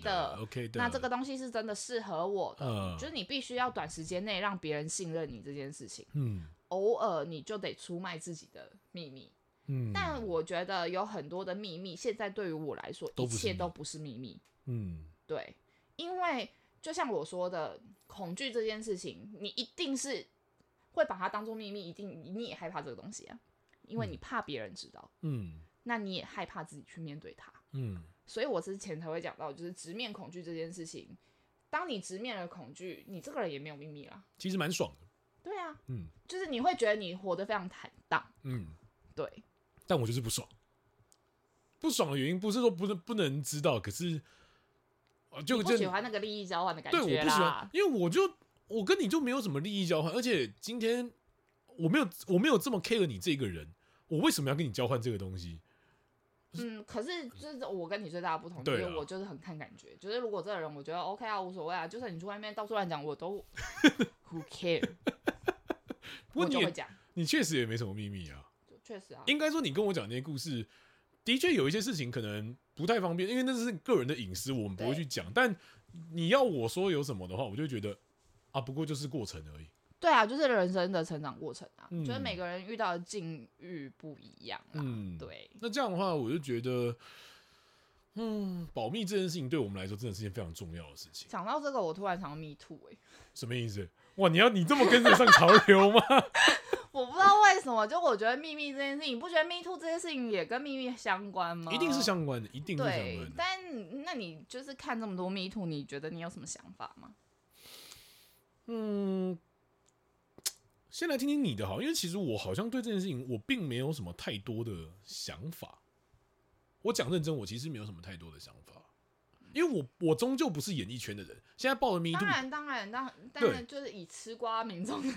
Speaker 1: 准 的，OK 的，
Speaker 2: 那这个东西是真的适合我的，
Speaker 1: 呃
Speaker 2: 就是你必须要短时间内让别人信任你这件事情，
Speaker 1: 嗯
Speaker 2: 偶尔你就得出卖自己的秘密。
Speaker 1: 嗯，
Speaker 2: 但我觉得有很多的秘密，现在对于我来说，
Speaker 1: 都
Speaker 2: 一
Speaker 1: 不是
Speaker 2: 切
Speaker 1: 秘密
Speaker 2: 都不是秘密。
Speaker 1: 嗯
Speaker 2: 对，因为就像我说的，恐惧这件事情，你一定是会把它当做秘密，一定你也害怕这个东西啊，因为你怕别人知道。
Speaker 1: 嗯
Speaker 2: 那你也害怕自己去面对它。
Speaker 1: 嗯
Speaker 2: 所以我之前才会讲到，就是直面恐惧这件事情。当你直面了恐惧，你这个人也没有秘密啦。
Speaker 1: 其实蛮爽的，
Speaker 2: 对啊，
Speaker 1: 嗯
Speaker 2: 就是你会觉得你活得非常坦荡。
Speaker 1: 嗯，
Speaker 2: 对，
Speaker 1: 但我就是不爽。不爽的原因不是说不能不能知道，可是，呃，就
Speaker 2: 你
Speaker 1: 这
Speaker 2: 不喜欢那个利益交换的感
Speaker 1: 对
Speaker 2: 觉
Speaker 1: 我不喜欢
Speaker 2: 啦，。
Speaker 1: 因为我就我跟你就没有什么利益交换，而且今天我没有我没有这么 care 你这个人，我为什么要跟你交换这个东西？
Speaker 2: 嗯，可是就是我跟你最大的不同，就
Speaker 1: 对
Speaker 2: 是
Speaker 1: 啊
Speaker 2: 我就是很看感觉。就是如果这个人我觉得 OK 啊，无所谓啊，就算你去外面到处乱讲，我都 Who care，
Speaker 1: 不
Speaker 2: 我
Speaker 1: 过你
Speaker 2: 就会
Speaker 1: 也
Speaker 2: 讲。
Speaker 1: 你确实也没什么秘密啊。
Speaker 2: 就确实啊，
Speaker 1: 应该说你跟我讲那些故事，的确有一些事情可能不太方便，因为那是个人的隐私，我们不会去讲。但你要我说有什么的话，我就觉得啊，不过就是过程而已。
Speaker 2: 对啊，就是人生的成长过程啊，
Speaker 1: 嗯
Speaker 2: 就是每个人遇到的境遇不一样啦。
Speaker 1: 嗯
Speaker 2: 对，
Speaker 1: 那这样的话，我就觉得，嗯，保密这件事情对我们来说真的是件非常重要的事情。
Speaker 2: 讲到这个，我突然想到 Me Too 哎、
Speaker 1: 什么意思？哇，你要你这么跟得上潮流 吗？
Speaker 2: 我不知道为什么，就我觉得秘密这件事情，你不觉得 Me Too 这件事情也跟秘密相关吗？
Speaker 1: 一定是相关的，一定是相
Speaker 2: 对
Speaker 1: 关，的。
Speaker 2: 但那你就是看这么多 Me Too，你觉得你有什么想法吗？
Speaker 1: 嗯，先来听听你的好，因为其实我好像对这件事情我并没有什么太多的想法。我讲认真，我其实没有什么太多的想法，因为我我终究不是演艺圈的人。现在抱着迷
Speaker 2: 当
Speaker 1: 度，
Speaker 2: 然，当然，当当然，就是以吃瓜民众的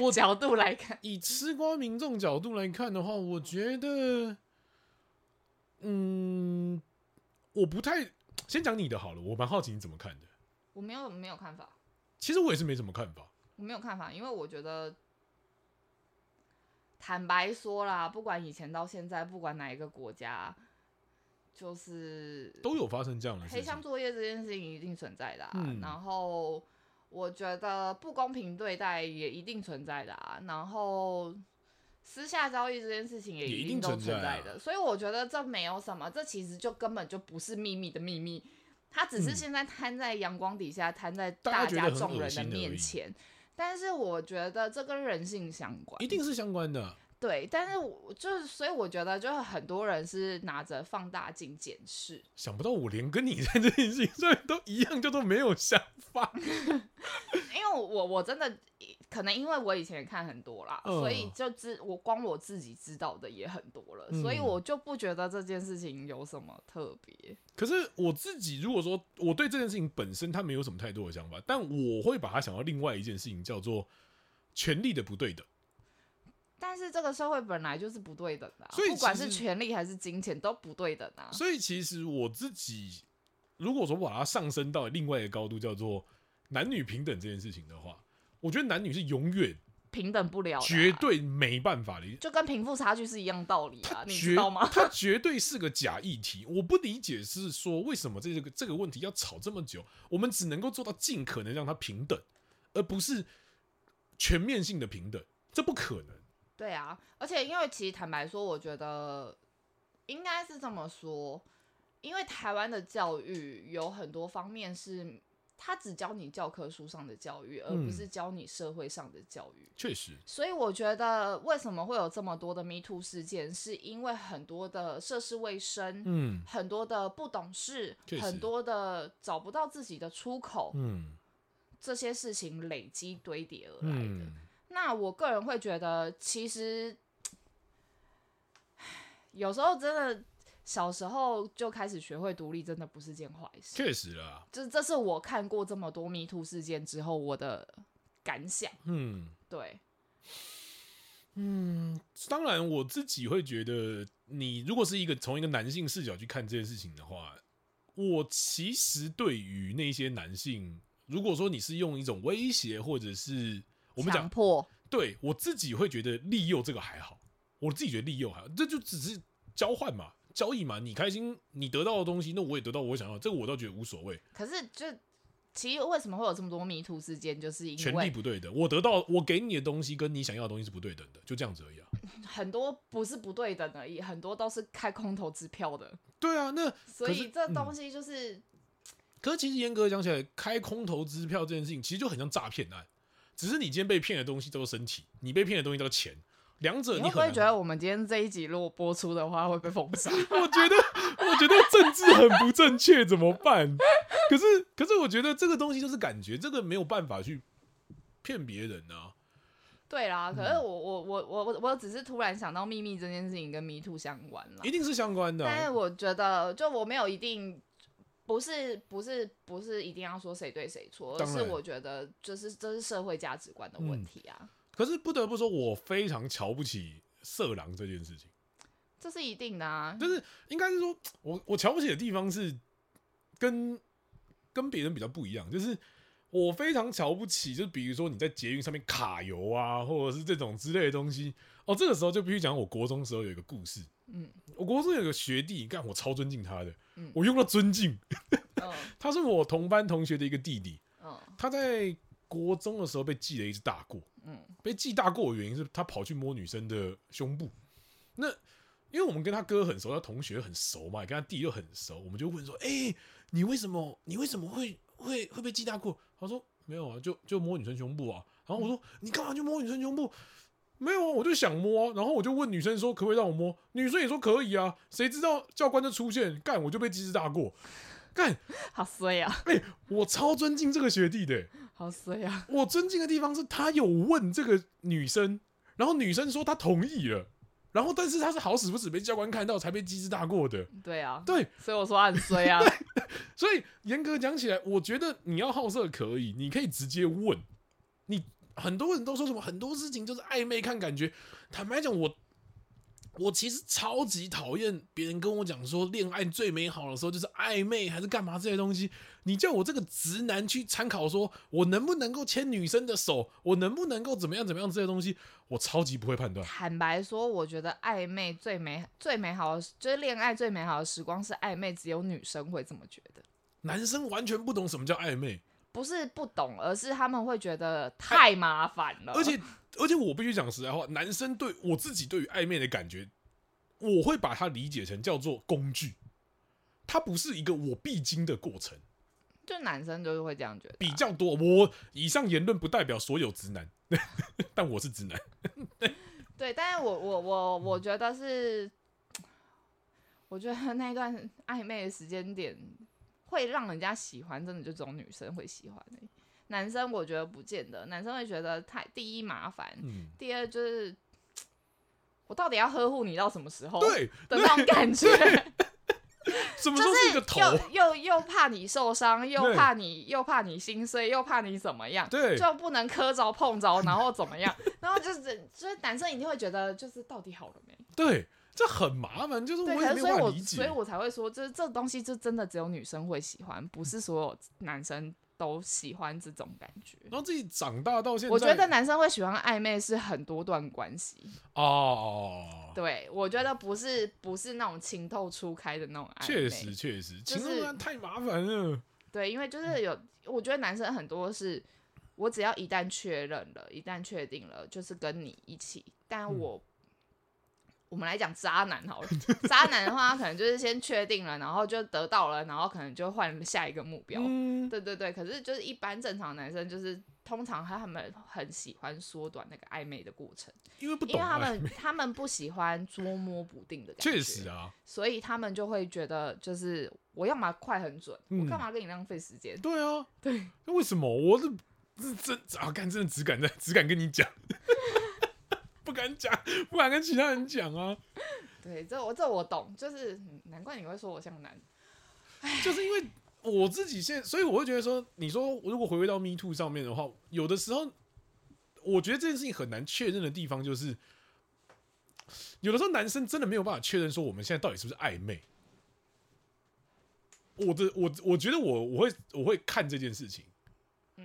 Speaker 1: 我
Speaker 2: 角度来看，
Speaker 1: 以吃瓜民众角度来看的话，我觉得，嗯，我不太先讲你的好了，我蛮好奇你怎么看的。
Speaker 2: 我没有没有看法，
Speaker 1: 其实我也是没什么看法。
Speaker 2: 我没有看法，因为我觉得。坦白说啦，不管以前到现在，不管哪一个国家，就是
Speaker 1: 都有发生这样的事
Speaker 2: 黑箱
Speaker 1: 情。
Speaker 2: 作业这件事情一定存在的、啊，
Speaker 1: 嗯
Speaker 2: 然后我觉得不公平对待也一定存在的、啊，然后私下交易这件事情也
Speaker 1: 也一定
Speaker 2: 一定都
Speaker 1: 存
Speaker 2: 存
Speaker 1: 在啊
Speaker 2: 在的，所以我觉得这没有什么，这其实就根本就不是秘密的秘密，它只是
Speaker 1: 嗯
Speaker 2: 现在摊在阳光底下，摊在
Speaker 1: 大家觉
Speaker 2: 家
Speaker 1: 得很
Speaker 2: 众
Speaker 1: 恶
Speaker 2: 人的
Speaker 1: 心而
Speaker 2: 面
Speaker 1: 已
Speaker 2: 前。但是我觉得这跟人性相关，
Speaker 1: 一定是相关的，
Speaker 2: 对。但是我就是，所以我觉得就是很多人是拿着放大镜检视，
Speaker 1: 想不到我连跟你在这件事情上都一样，就都没有想法。
Speaker 2: 因为我我真的可能因为我以前也看很多啦，
Speaker 1: 嗯
Speaker 2: 所以就知我光我自己知道的也很多了，
Speaker 1: 嗯
Speaker 2: 所以我就不觉得这件事情有什么特别。
Speaker 1: 可是我自己如果说我对这件事情本身，他没有什么太多的想法，但我会把它想到另外一件事情，叫做权力的不对等。
Speaker 2: 但是这个社会本来就是不对等的啊、
Speaker 1: 所以
Speaker 2: 不管
Speaker 1: 其
Speaker 2: 是
Speaker 1: 实
Speaker 2: 权力还是金钱都不对等啊。
Speaker 1: 所以其实我自己，如果说把它上升到另外一个高度，叫做男女平等这件事情的话，我觉得男女是永远
Speaker 2: 平等不了的啊、
Speaker 1: 绝对没办法的一，
Speaker 2: 就跟贫富差距是一样道理啊，你知
Speaker 1: 绝
Speaker 2: 道吗？
Speaker 1: 它绝对是个假议题。我不理解是说为什么这个这个问题要吵这么久，我们只能够做到尽可能让它平等，而不是全面性的平等，这不可能。
Speaker 2: 对啊，而且因为其实坦白说，我觉得应该是这么说，因为台湾的教育有很多方面是它只教你教科书上的教育，而不
Speaker 1: 嗯
Speaker 2: 是教你社会上的教育。
Speaker 1: 确实，
Speaker 2: 所以我觉得为什么会有这么多的 Me Too 事件，是因为很多的涉世未深，
Speaker 1: 嗯
Speaker 2: 很多的不懂事
Speaker 1: 确，实
Speaker 2: 很多的找不到自己的出口，
Speaker 1: 嗯
Speaker 2: 这些事情累积堆叠而来的。
Speaker 1: 嗯，
Speaker 2: 那我个人会觉得，其实有时候真的小时候就开始学会独立，真的不是件坏事。
Speaker 1: 确实啦，
Speaker 2: 这这是我看过这么多迷途事件之后我的感想。
Speaker 1: 嗯。
Speaker 2: 对，
Speaker 1: 嗯，当然我自己会觉得，你如果是一个从一个男性视角去看这件事情的话，我其实对于那些男性，如果说你是用一种威胁或者是我们
Speaker 2: 强
Speaker 1: 讲，
Speaker 2: 迫，
Speaker 1: 对我自己会觉得利诱这个还好，我自己觉得利诱还好，这就只是交换嘛，交易嘛，你开心，你得到的东西，那我也得到我想要的，这个我倒觉得无所谓，
Speaker 2: 可是就其实为什么会有这么多迷途事件，就是因
Speaker 1: 权利
Speaker 2: 为
Speaker 1: 不对等，我得到我给你的东西跟你想要的东西是不对等的，就这样子而已啊。
Speaker 2: 很多不是不对等而已，很多都是开空头支票的，
Speaker 1: 对啊，那
Speaker 2: 所
Speaker 1: 可
Speaker 2: 以
Speaker 1: 是
Speaker 2: 这
Speaker 1: 嗯
Speaker 2: 东西就是
Speaker 1: 可是其实严格讲起来，开空头支票这件事情其实就很像诈骗案，只是你今天被骗的东西叫做身体，你被骗的东西叫做钱，两者你
Speaker 2: 你会
Speaker 1: 很
Speaker 2: 不会
Speaker 1: 难
Speaker 2: 觉得我们今天这一集如果播出的话会被封杀？
Speaker 1: 我觉得，我觉得政治很不正确，怎么办？可是，可是我觉得这个东西就是感觉，这个没有办法去骗别人啊。
Speaker 2: 对啦，可
Speaker 1: 嗯
Speaker 2: 是我我我我我我只是突然想到秘密这件事情跟 Me Too 相关啦
Speaker 1: 一，定是相关的
Speaker 2: 但是
Speaker 1: 啊、
Speaker 2: 我觉得就我没有一定。不是不是不是一定要说谁对谁错，而
Speaker 1: 当然嗯
Speaker 2: 是我觉得就是这是社会价值观的问题啊，
Speaker 1: 可是不得不说，我非常瞧不起色狼这件事情。
Speaker 2: 这是一定的啊。
Speaker 1: 就是应该是说，我我瞧不起的地方是跟跟别人比较不一样，就是我非常瞧不起，就比如说你在捷运上面卡油啊，或者是这种之类的东西。哦，这个时候就必须讲，我国中时候有一个故事。
Speaker 2: 嗯，
Speaker 1: 我国中有个学弟，干我超尊敬他的，
Speaker 2: 嗯
Speaker 1: 我用到尊敬，
Speaker 2: 嗯
Speaker 1: 他是我同班同学的一个弟弟，
Speaker 2: 嗯
Speaker 1: 他在国中的时候被记了一只大过，
Speaker 2: 嗯，
Speaker 1: 被记大过的原因是他跑去摸女生的胸部。那因为我们跟他哥很熟，他同学很熟嘛，也跟他弟又很熟，我们就问说：“哎、你为什么你为什么会会会被记大过？”他说：“没有啊，就就摸女生胸部啊。”然后我说：“你干嘛去摸女生胸部？”没有啊，我就想摸啊、然后我就问女生说可不可以让我摸，女生也说可以啊，谁知道教官就出现，干我就被记之大过，干，
Speaker 2: 好衰啊，
Speaker 1: 哎、我超尊敬这个学弟的、 欸
Speaker 2: 好衰 啊，
Speaker 1: 我尊敬的地方是他有问这个女生，然后女生说她同意了，然后但是他是好死不死被教官看到才被机智大过的。
Speaker 2: 对啊，
Speaker 1: 对，
Speaker 2: 所以我说他很衰啊，
Speaker 1: 所以严格讲起来，我觉得你要好色可以，你可以直接问。你很多人都说什么很多事情就是暧昧看感觉，坦白讲，我我其实超级讨厌别人跟我讲说恋爱最美好的时候就是暧昧还是干嘛这些东西。你叫我这个直男去参考说，我能不能够牵女生的手，我能不能够怎么样怎么样这些东西，我超级不会判断。
Speaker 2: 坦白说，我觉得暧昧最美最美好的就是恋爱最美好的时光是暧昧，只有女生会这么觉得。
Speaker 1: 男生完全不懂什么叫暧昧，
Speaker 2: 不是不懂，而是他们会觉得太麻烦了。
Speaker 1: 而且而且我必须讲实在话，男生对我自己对于暧昧的感觉，我会把它理解成叫做工具，它不是一个我必经的过程。
Speaker 2: 就男生就是会这样觉得啊、
Speaker 1: 比较多，我以上言论不代表所有直男， 但我是直男。
Speaker 2: 对，但是我我我我觉得是，我觉得那段暧昧的时间点会让人家喜欢，真的就只有女生会喜欢、欸、男生我觉得不见得，男生会觉得太第一麻烦，
Speaker 1: 嗯，
Speaker 2: 第二就是我到底要呵护你到什么时候？
Speaker 1: 对，
Speaker 2: 的那种感觉。
Speaker 1: 什么时候是一个头？
Speaker 2: 就是又又又怕你受伤，又
Speaker 1: 对
Speaker 2: 怕你又怕你心碎，又怕你怎么样，
Speaker 1: 对
Speaker 2: 就不能磕着碰着，然后怎么 样，然后就是就是男生一定会觉得就是到底好了没？
Speaker 1: 对，这很麻烦，就是我
Speaker 2: 对，
Speaker 1: 也
Speaker 2: 可
Speaker 1: 没有
Speaker 2: 是所以
Speaker 1: 办法
Speaker 2: 我
Speaker 1: 理解
Speaker 2: 所以。我才会说，就是这东西就真的只有女生会喜欢，不是所有男生都喜欢这种感觉。
Speaker 1: 然后自己长大到现在，
Speaker 2: 我觉得男生会喜欢暧昧是很多段关系，
Speaker 1: 哦，
Speaker 2: 对我觉得不是不是那种情窦初开的那种暧昧，
Speaker 1: 确实确实，
Speaker 2: 就
Speaker 1: 情
Speaker 2: 是
Speaker 1: 侣关太麻烦了。
Speaker 2: 对，因为
Speaker 1: 嗯
Speaker 2: 就是有，我觉得男生很多是，我只要一旦确认了，一旦确定了，就是跟你一起。但
Speaker 1: 嗯
Speaker 2: 我、我们来讲渣男 好了，渣男的话，他可能就是先确定了，然后就得到了，然后可能就换下一个目标。
Speaker 1: 嗯，
Speaker 2: 对对对，可是就是一般正常男生，就是通常他们很喜欢缩短那个暧昧的过程，
Speaker 1: 因为不
Speaker 2: 因为
Speaker 1: 懂
Speaker 2: 他
Speaker 1: 啊，
Speaker 2: 们他们不喜欢捉摸不定的感觉。
Speaker 1: 确实啊，
Speaker 2: 所以他们就会觉得，就是我要么快很准，我
Speaker 1: 嗯
Speaker 2: 干嘛跟你浪费时间？
Speaker 1: 对啊，
Speaker 2: 对，
Speaker 1: 那为什么我是是真啊？干真的只敢在只敢跟你讲， 不敢讲，不敢跟其他人讲啊，
Speaker 2: 对，这我这我懂，就是嗯难怪你会说我像男，
Speaker 1: 就是因为我自己现，所以我会觉得说，你说如果回归到 Me Too 上面的话，有的时候我觉得这件事情很难确认的地方就是。有的时候男生真的没有办法确认说我们现在到底是不是暧昧。我的我我觉得我我会我会看这件事情，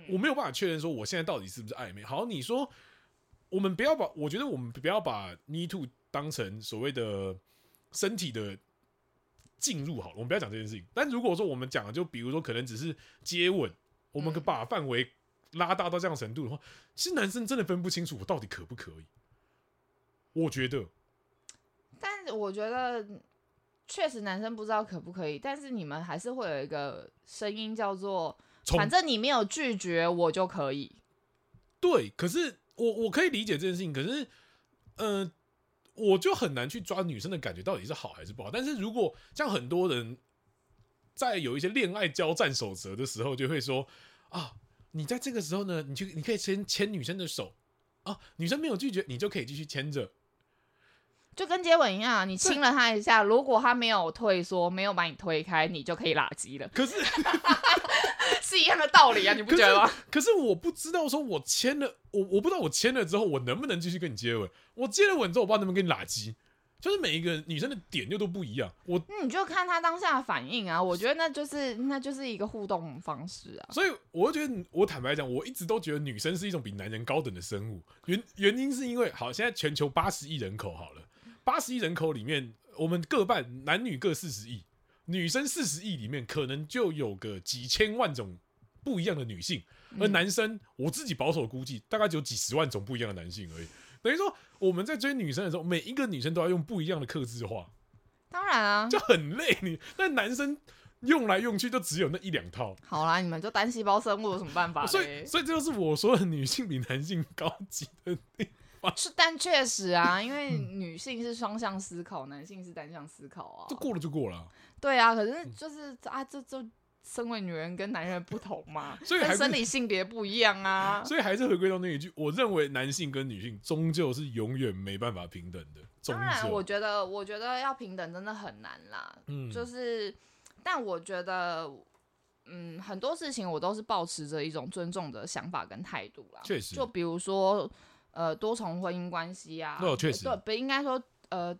Speaker 1: 我没有办法确认说我现在到底是不是暧昧。好，你说我们不要把，我觉得我们不要把 Me Too 当成所谓的身体的进入好了，我们不要讲这件事情。但如果说我们讲的，就比如说可能只是接吻，我们
Speaker 2: 嗯
Speaker 1: 把范围拉大到这样程度的话，其实男生真的分不清楚我到底可不可以。我觉得，
Speaker 2: 但是我觉得嗯确实男生不知道可不可以，但是你们还是会有一个声音叫做，
Speaker 1: 从
Speaker 2: 反正你没有拒绝我就可以。
Speaker 1: 对，可是我我可以理解这件事情，可是，呃，我就很难去抓女生的感觉到底是好还是不好。但是如果像很多人在有一些恋爱交战守则的时候，就会说啊，你在这个时候呢，你去你可以先牵女生的手啊，女生没有拒绝，你就可以继续牵着。
Speaker 2: 就跟接吻一样，啊你亲了他一下，如果他没有退缩，没有把你推开，你就可以拉鸡了，
Speaker 1: 可是
Speaker 2: 是一样的道理啊，你不
Speaker 1: 可
Speaker 2: 觉
Speaker 1: 是
Speaker 2: 得吗？
Speaker 1: 可是我不知道说我牵了，我我不知道我牵了之后我能不能继续跟你接吻。我接了吻之后，我不知道能不能跟你拉鸡。就是每一个女生的点又都不一样，我
Speaker 2: 那嗯你就看他当下的反应啊，我觉得那就是那就是一个互动方式啊。
Speaker 1: 所以我就觉得，我坦白讲，我一直都觉得女生是一种比男人高等的生物。原原因是因为，好，现在全球八十亿人口好了，八十亿人口里面，我们各半，男女各四十亿，女生四十亿里面，可能就有个几千万种不一样的女性，而男生，我自己保守估计，大概只有几十万种不一样的男性而已。等于说，我们在追女生的时候，每一个女生都要用不一样的克制化，
Speaker 2: 当然啊，
Speaker 1: 就很累。你那男生用来用去，就只有那一两套。
Speaker 2: 好啦，你们就单细胞生物有什么办法
Speaker 1: 所
Speaker 2: 嘞
Speaker 1: 以，所以这就是我说的女性比男性高级的地方。
Speaker 2: 是，但确实啊，因为女性是双向思考，男性是单向思考啊
Speaker 1: 嗯就。嗯过了就过了啊，
Speaker 2: 对啊，可是就是啊，这就身为女人跟男人不同嘛，
Speaker 1: 所以还
Speaker 2: 跟
Speaker 1: 是
Speaker 2: 生理性别不一样啊。
Speaker 1: 所以还是回归到那一句，我认为男性跟女性终究是永远没办法平等的。终
Speaker 2: 当然，我
Speaker 1: 究，
Speaker 2: 觉得，我觉得要平等真的很难啦。
Speaker 1: 嗯，
Speaker 2: 就是，但我觉得，嗯，很多事情我都是保持着一种尊重的想法跟态度啦。
Speaker 1: 确实
Speaker 2: 就比如说，呃，多重婚姻关系啊，
Speaker 1: 哦确实
Speaker 2: 对，不应该说，呃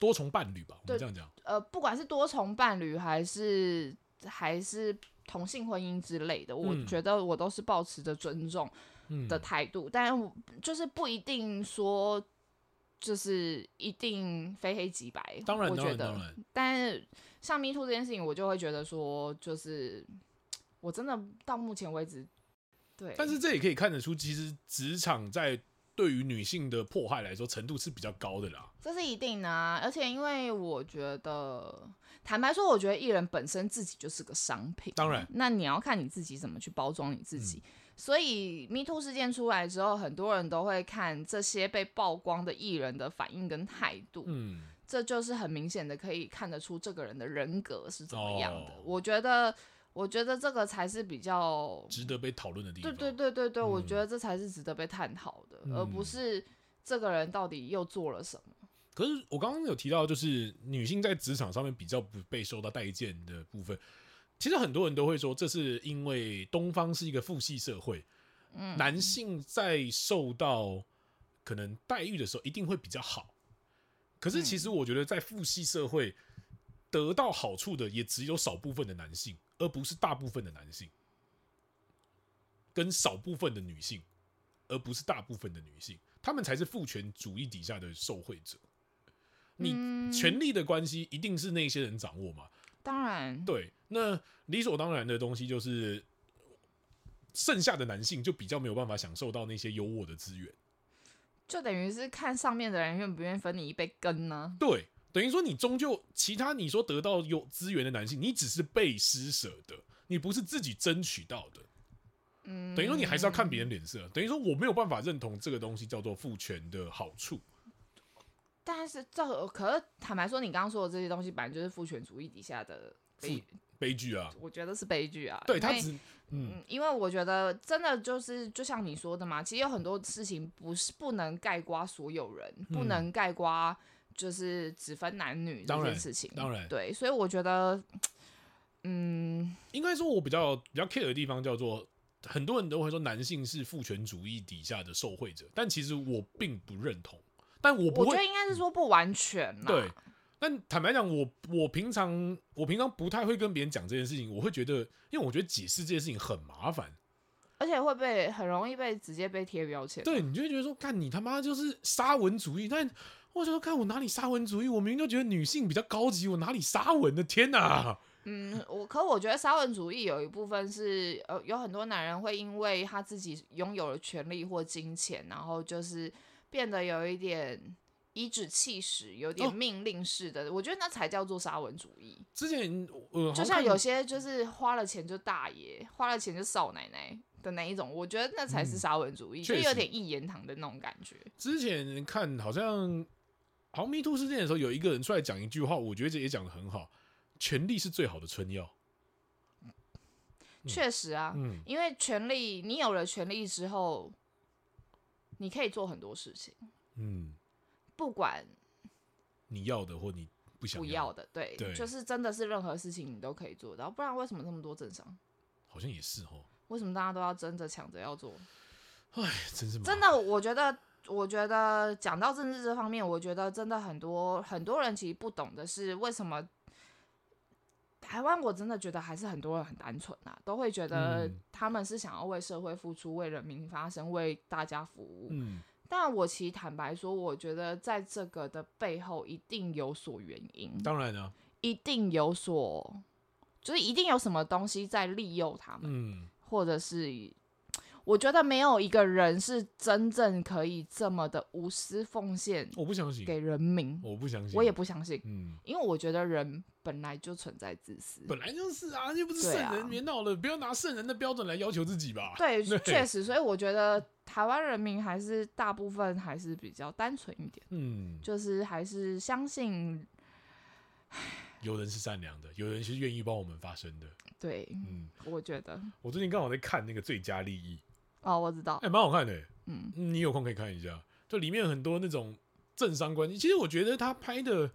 Speaker 1: 多重伴侣吧，我们
Speaker 2: 对
Speaker 1: 这样讲，
Speaker 2: 呃，不管是多重伴侣还是还是同性婚姻之类的，我
Speaker 1: 嗯
Speaker 2: 觉得我都是保持着尊重
Speaker 1: 嗯，
Speaker 2: 的态度，但我就是不一定说。就是一定非黑即白，
Speaker 1: 当然，
Speaker 2: 我
Speaker 1: 当
Speaker 2: 觉
Speaker 1: 然，
Speaker 2: 得
Speaker 1: 当，然，
Speaker 2: 但是像 Me Too 这件事情，我就会觉得说，就是我真的到目前为止，对，
Speaker 1: 但是这也可以看得出，其实职场在对于女性的迫害来说，程度是比较高的啦。
Speaker 2: 这是一定的、啊。而且因为我觉得，坦白说，我觉得艺人本身自己就是个商品，
Speaker 1: 当然，
Speaker 2: 那你要看你自己怎么去包装你自
Speaker 1: 嗯
Speaker 2: 己。所以 Me Too 事件出来之后，很多人都会看这些被曝光的艺人的反应跟态度。
Speaker 1: 嗯，
Speaker 2: 这就是很明显的可以看得出这个人的人格是怎么样的。
Speaker 1: 哦
Speaker 2: 我觉得，我觉得这个才是比较，
Speaker 1: 值得被讨论的地
Speaker 2: 对
Speaker 1: 方。
Speaker 2: 对对对对，我
Speaker 1: 嗯
Speaker 2: 觉得这才是值得被探讨的，而不
Speaker 1: 嗯
Speaker 2: 是这个人到底又做了什么。
Speaker 1: 可是我刚刚有提到，就是女性在职场上面比较不被受到待见的部分。其实很多人都会说，这是因为东方是一个父系社会，
Speaker 2: 嗯
Speaker 1: 男性在受到可能待遇的时候一定会比较好。可是其实我觉得，在父系社会得到好处的也只有少部分的男性，而不是大部分的男性，跟少部分的女性，而不是大部分的女性，他们才是父权主义底下的受惠者。你
Speaker 2: 嗯
Speaker 1: 权力的关系一定是那些人掌握嘛？
Speaker 2: 当然，
Speaker 1: 对，那理所当然的东西就是，剩下的男性就比较没有办法享受到那些优渥的资源。
Speaker 2: 就等于是看上面的人愿不愿意分你一杯羹呢。
Speaker 1: 对，等于说你终究其他你说得到有资源的男性，你只是被施舍的，你不是自己争取到的。
Speaker 2: 嗯，
Speaker 1: 等于说你还是要看别人脸色。等于说我没有办法认同这个东西叫做父权的好处。
Speaker 2: 但是这可是坦白说，你刚刚说的这些东西，本来就是父权主义底下的悲，
Speaker 1: 悲剧啊，
Speaker 2: 我觉得是悲剧啊。
Speaker 1: 对
Speaker 2: 因
Speaker 1: 他
Speaker 2: 为
Speaker 1: 只嗯
Speaker 2: 嗯，因为我觉得真的就是，就像你说的嘛，其实有很多事情不是不能盖瓜所有人，不
Speaker 1: 嗯
Speaker 2: 能盖瓜就是只分男女这
Speaker 1: 当
Speaker 2: 件
Speaker 1: 然
Speaker 2: 事情。
Speaker 1: 当然
Speaker 2: 对，所以我觉得，嗯，
Speaker 1: 应该说，我比较比较 care 的地方叫做，很多人都会说男性是父权主义底下的受惠者，但其实我并不认同。但我不
Speaker 2: 我觉
Speaker 1: 会
Speaker 2: 得应该是说不完全啦。
Speaker 1: 对，但坦白讲，我我平常我平常不太会跟别人讲这件事情，我会觉得，因为我觉得解释这件事情很麻烦。
Speaker 2: 而且会被很容易被直接被贴标签。
Speaker 1: 对，你就会觉得说，干你他妈就是沙文主义。但我觉得，看我哪里沙文主义？我明明就觉得女性比较高级，我哪里沙文的？天哪！
Speaker 2: 嗯，我可我觉得沙文主义有一部分是呃，有很多男人会因为他自己拥有了权利或金钱，然后就是变得有一点颐指气使，有
Speaker 1: 哦
Speaker 2: 点命令式的。我觉得那才叫做沙文主义。
Speaker 1: 之前呃，好
Speaker 2: 就像
Speaker 1: 看
Speaker 2: 有些就是花了钱就大爷，花了钱就少奶奶的那一种，我觉得那才是
Speaker 1: 嗯
Speaker 2: 沙文主义，
Speaker 1: 确
Speaker 2: 就有
Speaker 1: 实嗯
Speaker 2: 点一言堂的那种感觉。
Speaker 1: 之前看好像好像 Me Too 事件的时候，有一个人出来讲一句话，我觉得这也讲的很好：权力是最好的春药。嗯
Speaker 2: 确实啊，
Speaker 1: 嗯，
Speaker 2: 因为权力，你有了权力之后，你可以做很多事情，
Speaker 1: 嗯，
Speaker 2: 不管
Speaker 1: 你要的或你不想
Speaker 2: 不
Speaker 1: 要
Speaker 2: 要
Speaker 1: 的，
Speaker 2: 的，对，
Speaker 1: 对
Speaker 2: 就是真的是任何事情你都可以做到，不然为什么那么多政商？
Speaker 1: 好像也是哦。
Speaker 2: 为什么大家都要争着抢着要做？
Speaker 1: 哎，真是麻
Speaker 2: 真的，我觉得，我觉得讲到政治这方面，我觉得真的很多很多人其实不懂的是为什么。台湾我真的觉得还是很多人很单纯啊，都会觉得
Speaker 1: 嗯
Speaker 2: 他们是想要为社会付出、为人民发声、为大家服务。
Speaker 1: 嗯，
Speaker 2: 但我其实坦白说，我觉得在这个的背后一定有所原因，
Speaker 1: 当然啊，
Speaker 2: 一定有所，就是一定有什么东西在利诱他们，
Speaker 1: 嗯，
Speaker 2: 或者是我觉得没有一个人是真正可以这么的无私奉献
Speaker 1: 我不相信，
Speaker 2: 给人民，
Speaker 1: 我不相信，
Speaker 2: 我也不相信，
Speaker 1: 嗯，
Speaker 2: 因为我觉得人本来就存在自私。
Speaker 1: 本来就是啊，又不是圣
Speaker 2: 对啊
Speaker 1: 人，别闹了，不要拿圣人的标准来要求自己吧。
Speaker 2: 对，
Speaker 1: 对
Speaker 2: 确实，所以我觉得台湾人民还是大部分还是比较单纯一点，
Speaker 1: 嗯，
Speaker 2: 就是还是相信
Speaker 1: 有人是善良的，有人是愿意帮我们发声的。
Speaker 2: 对，
Speaker 1: 嗯，
Speaker 2: 我觉得
Speaker 1: 我最近刚好在看那个《最佳利益》，
Speaker 2: 哦，我知道，
Speaker 1: 哎，蛮好看的、
Speaker 2: 嗯，
Speaker 1: 你有空可以看一下，就里面很多那种政商关系。其实我觉得他拍的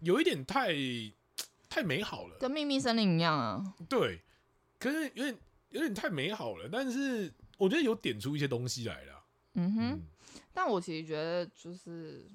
Speaker 1: 有一点太太美好了，
Speaker 2: 跟秘密森林一样啊，
Speaker 1: 对，可是有点有点太美好了，但是我觉得有点出一些东西来了。
Speaker 2: 嗯哼。
Speaker 1: 嗯，
Speaker 2: 但我其实觉得，就是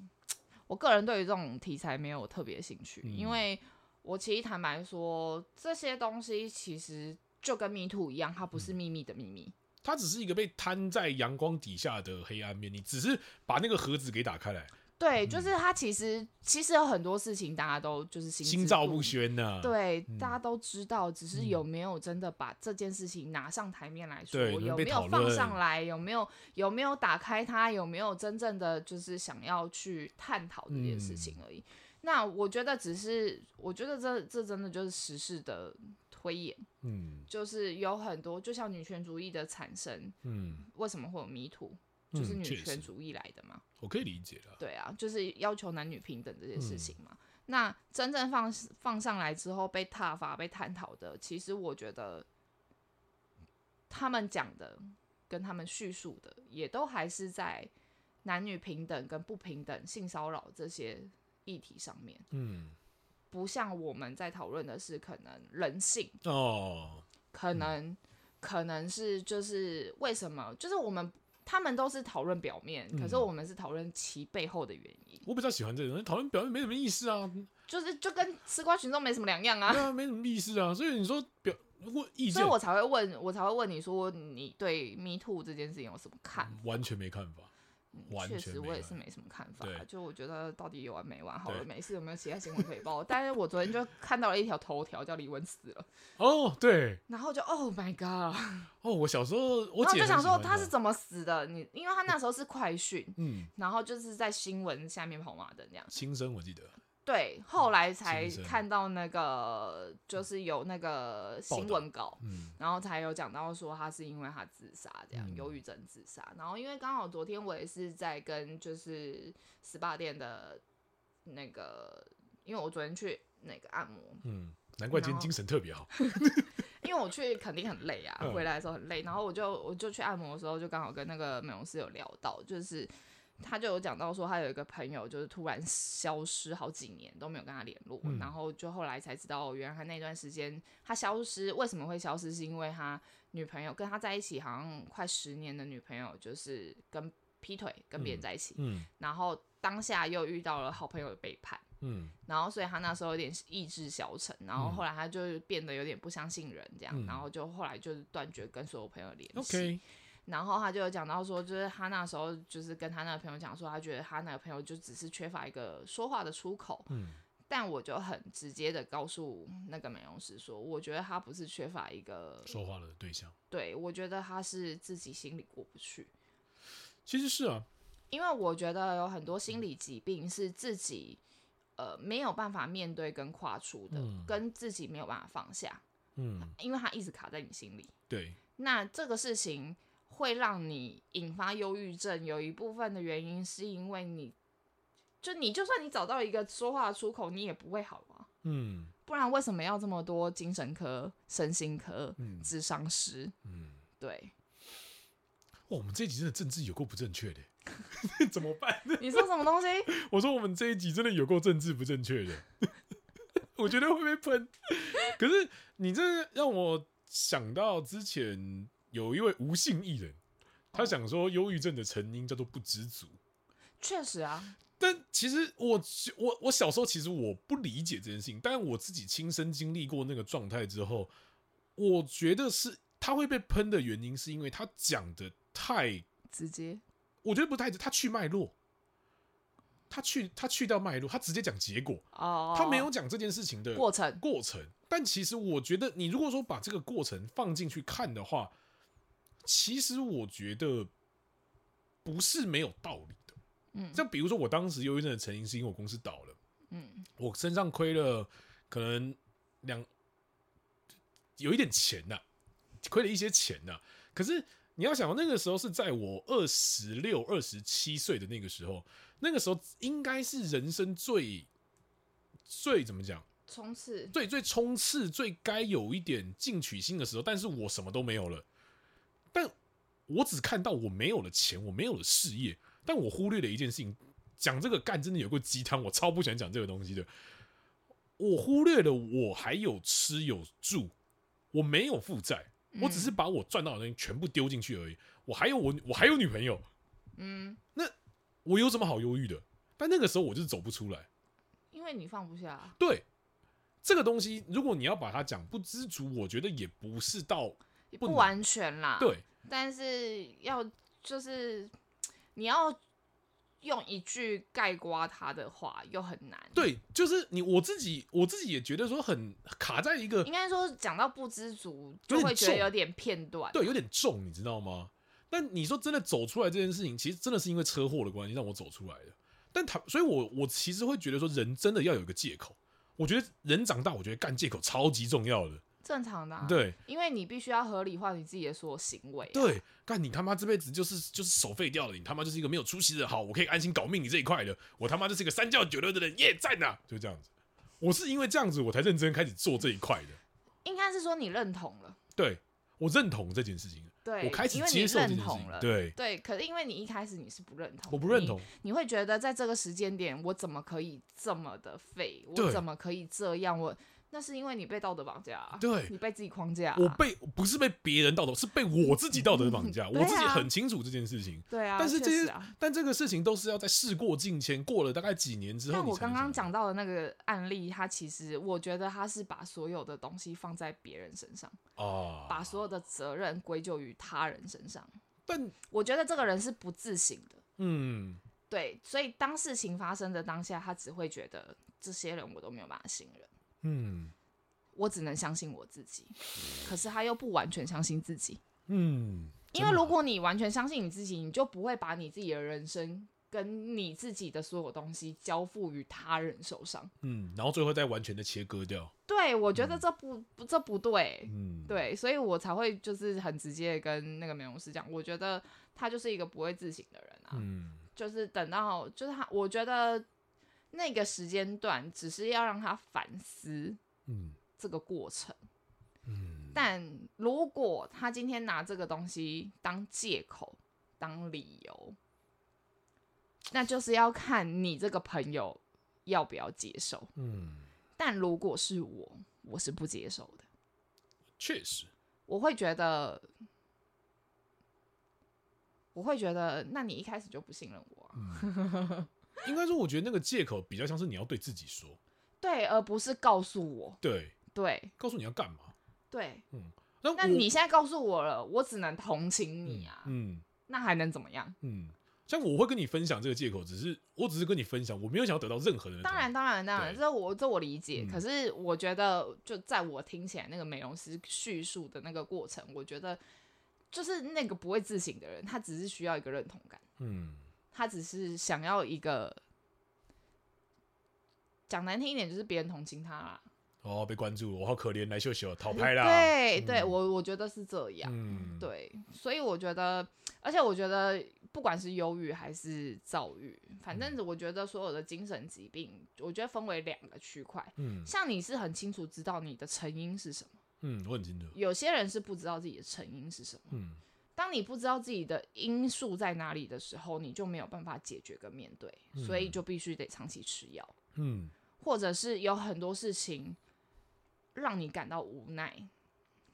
Speaker 2: 我个人对于这种题材没有特别兴趣，
Speaker 1: 嗯
Speaker 2: 因为我其实坦白说，这些东西其实就跟迷途一样，它不
Speaker 1: 嗯
Speaker 2: 是秘密的秘密。
Speaker 1: 它只是一个被摊在阳光底下的黑暗面，你只是把那个盒子给打开来，
Speaker 2: 对，
Speaker 1: 嗯
Speaker 2: 就是它其实其实有很多事情大家都就是心
Speaker 1: 心
Speaker 2: 知
Speaker 1: 照
Speaker 2: 肚
Speaker 1: 不
Speaker 2: 明。
Speaker 1: 宣呐、，
Speaker 2: 对，
Speaker 1: 嗯
Speaker 2: 大家都知道，只是
Speaker 1: 嗯
Speaker 2: 有没有真的把这件事情拿上台面来说，
Speaker 1: 对有没有
Speaker 2: 有
Speaker 1: 被
Speaker 2: 没
Speaker 1: 讨
Speaker 2: 有放
Speaker 1: 论
Speaker 2: 上来，有没有有没有打开它，有没有真正的就是想要去探讨这件事
Speaker 1: 嗯
Speaker 2: 情而已。那我觉得只是，我觉得这这真的就是时事的推演，
Speaker 1: 嗯
Speaker 2: 就是有很多，就像女权主义的产生，
Speaker 1: 嗯，
Speaker 2: 为什么会有迷途，就是
Speaker 1: 嗯
Speaker 2: 女
Speaker 1: 确
Speaker 2: 权
Speaker 1: 实
Speaker 2: 主义来的嘛。
Speaker 1: 我可以理解了。
Speaker 2: 对啊，就是要求男女平等这件
Speaker 1: 嗯
Speaker 2: 事情嘛。那真正放放上来之后被踏伐、被探讨的，其实我觉得他们讲的跟他们叙述的也都还是在男女平等跟不平等、性骚扰这些议题上面，
Speaker 1: 嗯，
Speaker 2: 不像我们在讨论的是可能人性，
Speaker 1: 哦，
Speaker 2: 可能、可能是就是为什么，就是我们他们都是讨论表面，可是
Speaker 1: 嗯
Speaker 2: 我们是讨论其背后的原因，
Speaker 1: 我比较喜欢这种讨论表面没什么意思啊，
Speaker 2: 就是就跟吃瓜群众没什么两样啊
Speaker 1: 对。啊，没什么意思啊，所以你说表如果意
Speaker 2: 所以
Speaker 1: 见
Speaker 2: 我才会问，我才会问你说你对 Me Too 这件事情有什么看法？
Speaker 1: 完全没看法，嗯完
Speaker 2: 嗯确
Speaker 1: 全
Speaker 2: 实，
Speaker 1: 没
Speaker 2: 我也
Speaker 1: 看
Speaker 2: 是没什么看法
Speaker 1: 对。
Speaker 2: 就我觉得到底有完没完好了，
Speaker 1: 对
Speaker 2: 没事，有没有其他新闻可以报？但是我昨天就看到了一条头条，叫李玟死了，
Speaker 1: 哦，对，
Speaker 2: 然后就 Oh my God，
Speaker 1: 哦，我小时候我
Speaker 2: 然后
Speaker 1: 姐
Speaker 2: 就
Speaker 1: 很
Speaker 2: 想
Speaker 1: 喜
Speaker 2: 说
Speaker 1: 欢
Speaker 2: 他是怎么死的？你因为他那时候是快讯，
Speaker 1: 嗯，
Speaker 2: 然后就是在新闻下面跑马灯这样。
Speaker 1: 轻生我记得，
Speaker 2: 对，
Speaker 1: 嗯
Speaker 2: 后来才
Speaker 1: 新闻
Speaker 2: 看到那个就是有那个新闻稿，
Speaker 1: 嗯
Speaker 2: 然后才有讲到说他是因为他自杀这样，
Speaker 1: 嗯
Speaker 2: 忧郁症自杀。然后因为刚好昨天我也是在跟就是 SPA 店的那个，因为我昨天去那个按摩，
Speaker 1: 嗯，难怪今天
Speaker 2: 然后
Speaker 1: 精神特别好，
Speaker 2: 因为我去肯定很累啊，
Speaker 1: 嗯
Speaker 2: 回来的时候很累。然后我就我就去按摩的时候，就刚好跟那个美容师有聊到，就是他就有讲到说，他有一个朋友就是突然消失好几年都没有跟他联络，
Speaker 1: 嗯
Speaker 2: 然后就后来才知道，哦原来他那段时间他消失为什么会消失，是因为他女朋友跟他在一起好像快十年的女朋友就是跟劈腿跟别人在一起，
Speaker 1: 嗯
Speaker 2: 然后当下又遇到了好朋友的背叛。
Speaker 1: 嗯
Speaker 2: 然后所以他那时候有点意志消沉，然后后来他就变得有点不相信人这样，
Speaker 1: 嗯
Speaker 2: 然后就后来就是断绝跟所有朋友联系。
Speaker 1: ，OK，
Speaker 2: 然后他就有讲到说，就是他那时候就是跟他那个朋友讲说，他觉得他那个朋友就只是缺乏一个说话的出口。
Speaker 1: 嗯
Speaker 2: 但我就很直接的告诉那个美容师说，我觉得他不是缺乏一个，
Speaker 1: 说话的对象
Speaker 2: 对我觉得他是自己心里过不去。
Speaker 1: 其实是啊，
Speaker 2: 因为我觉得有很多心理疾病是自己呃没有办法面对跟跨出的，
Speaker 1: 嗯
Speaker 2: 跟自己没有办法放下，
Speaker 1: 嗯，
Speaker 2: 因为它一直卡在你心里。
Speaker 1: 对，
Speaker 2: 那这个事情会让你引发忧郁症，有一部分的原因是因为你就你就算你找到一个说话的出口，你也不会好啊。
Speaker 1: 嗯
Speaker 2: 不然为什么要这么多精神科、身心科、
Speaker 1: 嗯
Speaker 2: 智商师？
Speaker 1: 嗯，
Speaker 2: 对，
Speaker 1: 哇，我们这一集真的政治有够不正确的， 怎么办？
Speaker 2: 你说什么东西？
Speaker 1: 我说我们这一集真的有够政治不正确的， 我觉得会被喷。可是你这让我想到之前有一位吴姓艺人，他讲说忧郁症的成因叫做不知足。
Speaker 2: 确实啊，
Speaker 1: 但其实我我我小时候其实我不理解这件事情，但我自己亲身经历过那个状态之后，我觉得是他会被喷的原因，是因为他讲的太，
Speaker 2: 直接
Speaker 1: 我觉得不太，他去脉络，他去他去掉脉络，他直接讲结果，
Speaker 2: 哦，
Speaker 1: 他没有讲这件事情的
Speaker 2: 过程。
Speaker 1: 过程。但其实我觉得，你如果说把这个过程放进去看的话，其实我觉得不是没有道理的。
Speaker 2: 嗯
Speaker 1: 像比如说，我当时忧郁症的成因是因为我公司倒了，
Speaker 2: 嗯
Speaker 1: 我身上亏了可能两有一点钱呐、亏了一些钱呐、可是你要想，那个时候是在我二十六、二十七岁的那个时候，那个时候应该是人生最最怎么讲？，
Speaker 2: 冲刺，
Speaker 1: 最最冲刺、最该有一点进取心的时候，但是我什么都没有了，但我只看到我没有了钱，我没有了事业，但我忽略了一件事情。讲这个干真的有个鸡汤，我超不喜欢讲这个东西的。我忽略了我还有吃有住，我没有负债，我只是把我赚到的东西全部丢进去而已。我还有我，我还有女朋友，
Speaker 2: 嗯，
Speaker 1: 我有什么好忧郁的？但那个时候我就是走不出来。
Speaker 2: 因为你放不下，
Speaker 1: 对这个东西，如果你要把它讲不知足，我觉得也不是到
Speaker 2: 也
Speaker 1: 不
Speaker 2: 不
Speaker 1: 能
Speaker 2: 完全啦。，
Speaker 1: 对，
Speaker 2: 但是要就是你要用一句概括他的话，又很难。，
Speaker 1: 对，就是你我自己，我自己也觉得说很卡在一个
Speaker 2: 应该说讲到不知足，
Speaker 1: 有
Speaker 2: 就
Speaker 1: 点
Speaker 2: 会觉得
Speaker 1: 重
Speaker 2: 有点片段。
Speaker 1: 对有点重，你知道吗？但你说真的走出来这件事情，其实真的是因为车祸的关系让我走出来的。但他，所以我我其实会觉得说，人真的要有一个借口。我觉得人长大，我觉得干借口超级重要的。
Speaker 2: 正常的、啊。，
Speaker 1: 对
Speaker 2: 因为你必须要合理化你自己的所有行为、，啊
Speaker 1: 对，干你他妈这辈子就是就是手废掉了，你他妈就是一个没有出息的。好，我可以安心搞命你这一块的，我他妈就是一个三教九流的人，耶赞呐！就这样子，我是因为这样子我才认真开始做这一块的。
Speaker 2: 应该是说你认同了。
Speaker 1: 对我认同这件事情，
Speaker 2: 对，
Speaker 1: 我开始
Speaker 2: 因为你
Speaker 1: 接受这
Speaker 2: 认
Speaker 1: 件事
Speaker 2: 同
Speaker 1: 情
Speaker 2: 了，。
Speaker 1: 对，
Speaker 2: 对，可是因为你一开始你是不认同的，
Speaker 1: 我不认
Speaker 2: 你
Speaker 1: 同，
Speaker 2: 你会觉得在这个时间点，我怎么可以这么的废？
Speaker 1: 对
Speaker 2: 我怎么可以这样？我那是因为你被道德绑架、啊，
Speaker 1: 对
Speaker 2: 你被自己框架啊、
Speaker 1: 我被不是被别人道德，是被我自己道德绑架，
Speaker 2: 嗯对
Speaker 1: 我
Speaker 2: 啊
Speaker 1: 自己很清楚这件事情。
Speaker 2: 对啊，
Speaker 1: 但是
Speaker 2: 确
Speaker 1: 这
Speaker 2: 实
Speaker 1: 些
Speaker 2: 啊，
Speaker 1: 但这个事情都是要在事过境迁，过了大概几年之后，
Speaker 2: 像
Speaker 1: 你
Speaker 2: 我
Speaker 1: 才能
Speaker 2: 刚刚
Speaker 1: 想
Speaker 2: 讲到的那个案例，他其实我觉得他是把所有的东西放在别人身上，
Speaker 1: 啊，
Speaker 2: 把所有的责任归咎于他人身上。
Speaker 1: 但
Speaker 2: 我觉得这个人是不自省的，
Speaker 1: 嗯，
Speaker 2: 对，所以当事情发生的当下，他只会觉得这些人我都没有办法信任，
Speaker 1: 嗯
Speaker 2: 我只能相信我自己。可是他又不完全相信自己，
Speaker 1: 嗯，
Speaker 2: 因为如果你完全相信你自己，你就不会把你自己的人生跟你自己的所有东西交付于他人手上。
Speaker 1: 嗯，然后最后再完全的切割掉，
Speaker 2: 对，我觉得这不、不这不对，
Speaker 1: 嗯，，
Speaker 2: 对，啊所以我才会就是很直接地跟那个美容师讲，我觉得他就是一个不会自省的人啊，
Speaker 1: 嗯
Speaker 2: 就是等到就是他，我觉得那个时间段只是要让他反思
Speaker 1: 嗯
Speaker 2: 这个过程，
Speaker 1: 嗯，
Speaker 2: 但如果他今天拿这个东西当借口、当理由，那就是要看你这个朋友要不要接受。
Speaker 1: 嗯，
Speaker 2: 但如果是我，我是不接受的。
Speaker 1: 确实，
Speaker 2: 我会觉得，我会觉得，那你一开始就不信任我啊、
Speaker 1: 应该说，我觉得那个借口比较像是你要对自己说，
Speaker 2: 对，而不是告诉我，
Speaker 1: 对，
Speaker 2: 对
Speaker 1: 告诉你要干嘛。
Speaker 2: 对。
Speaker 1: 那
Speaker 2: 那
Speaker 1: 我
Speaker 2: 你现在告诉我了，我只能同情
Speaker 1: 嗯
Speaker 2: 你啊，
Speaker 1: 嗯
Speaker 2: 那还能怎么样？
Speaker 1: 嗯，像我会跟你分享这个借口，只是我只是跟你分享，我没有想要得到任何人的同
Speaker 2: 当
Speaker 1: 意。
Speaker 2: 然，当然，当然，
Speaker 1: 对
Speaker 2: 这我这我理解。
Speaker 1: 嗯
Speaker 2: 可是我觉得，就在我听起来那个美容师叙述的那个过程，我觉得就是那个不会自省的人，他只是需要一个认同感。
Speaker 1: 嗯
Speaker 2: 他只是想要一个讲难听一点，就是别人同情他啦。
Speaker 1: 哦，被关注了，我好可怜，来秀秀讨拍啦。
Speaker 2: 对，
Speaker 1: 嗯
Speaker 2: 对我我觉得是这样。
Speaker 1: 嗯，
Speaker 2: 对，所以我觉得，而且我觉得，不管是忧郁还是躁郁，反正
Speaker 1: 嗯
Speaker 2: 我觉得所有的精神疾病，我觉得分为两个区块。
Speaker 1: 嗯
Speaker 2: 像你是很清楚知道你的成因是什么，
Speaker 1: 嗯，我很清楚。
Speaker 2: 有些人是不知道自己的成因是什么。
Speaker 1: 嗯
Speaker 2: 当你不知道自己的因素在哪里的时候，你就没有办法解决跟面对，所以就必须得长期吃药，
Speaker 1: 嗯
Speaker 2: 或者是有很多事情让你感到无奈，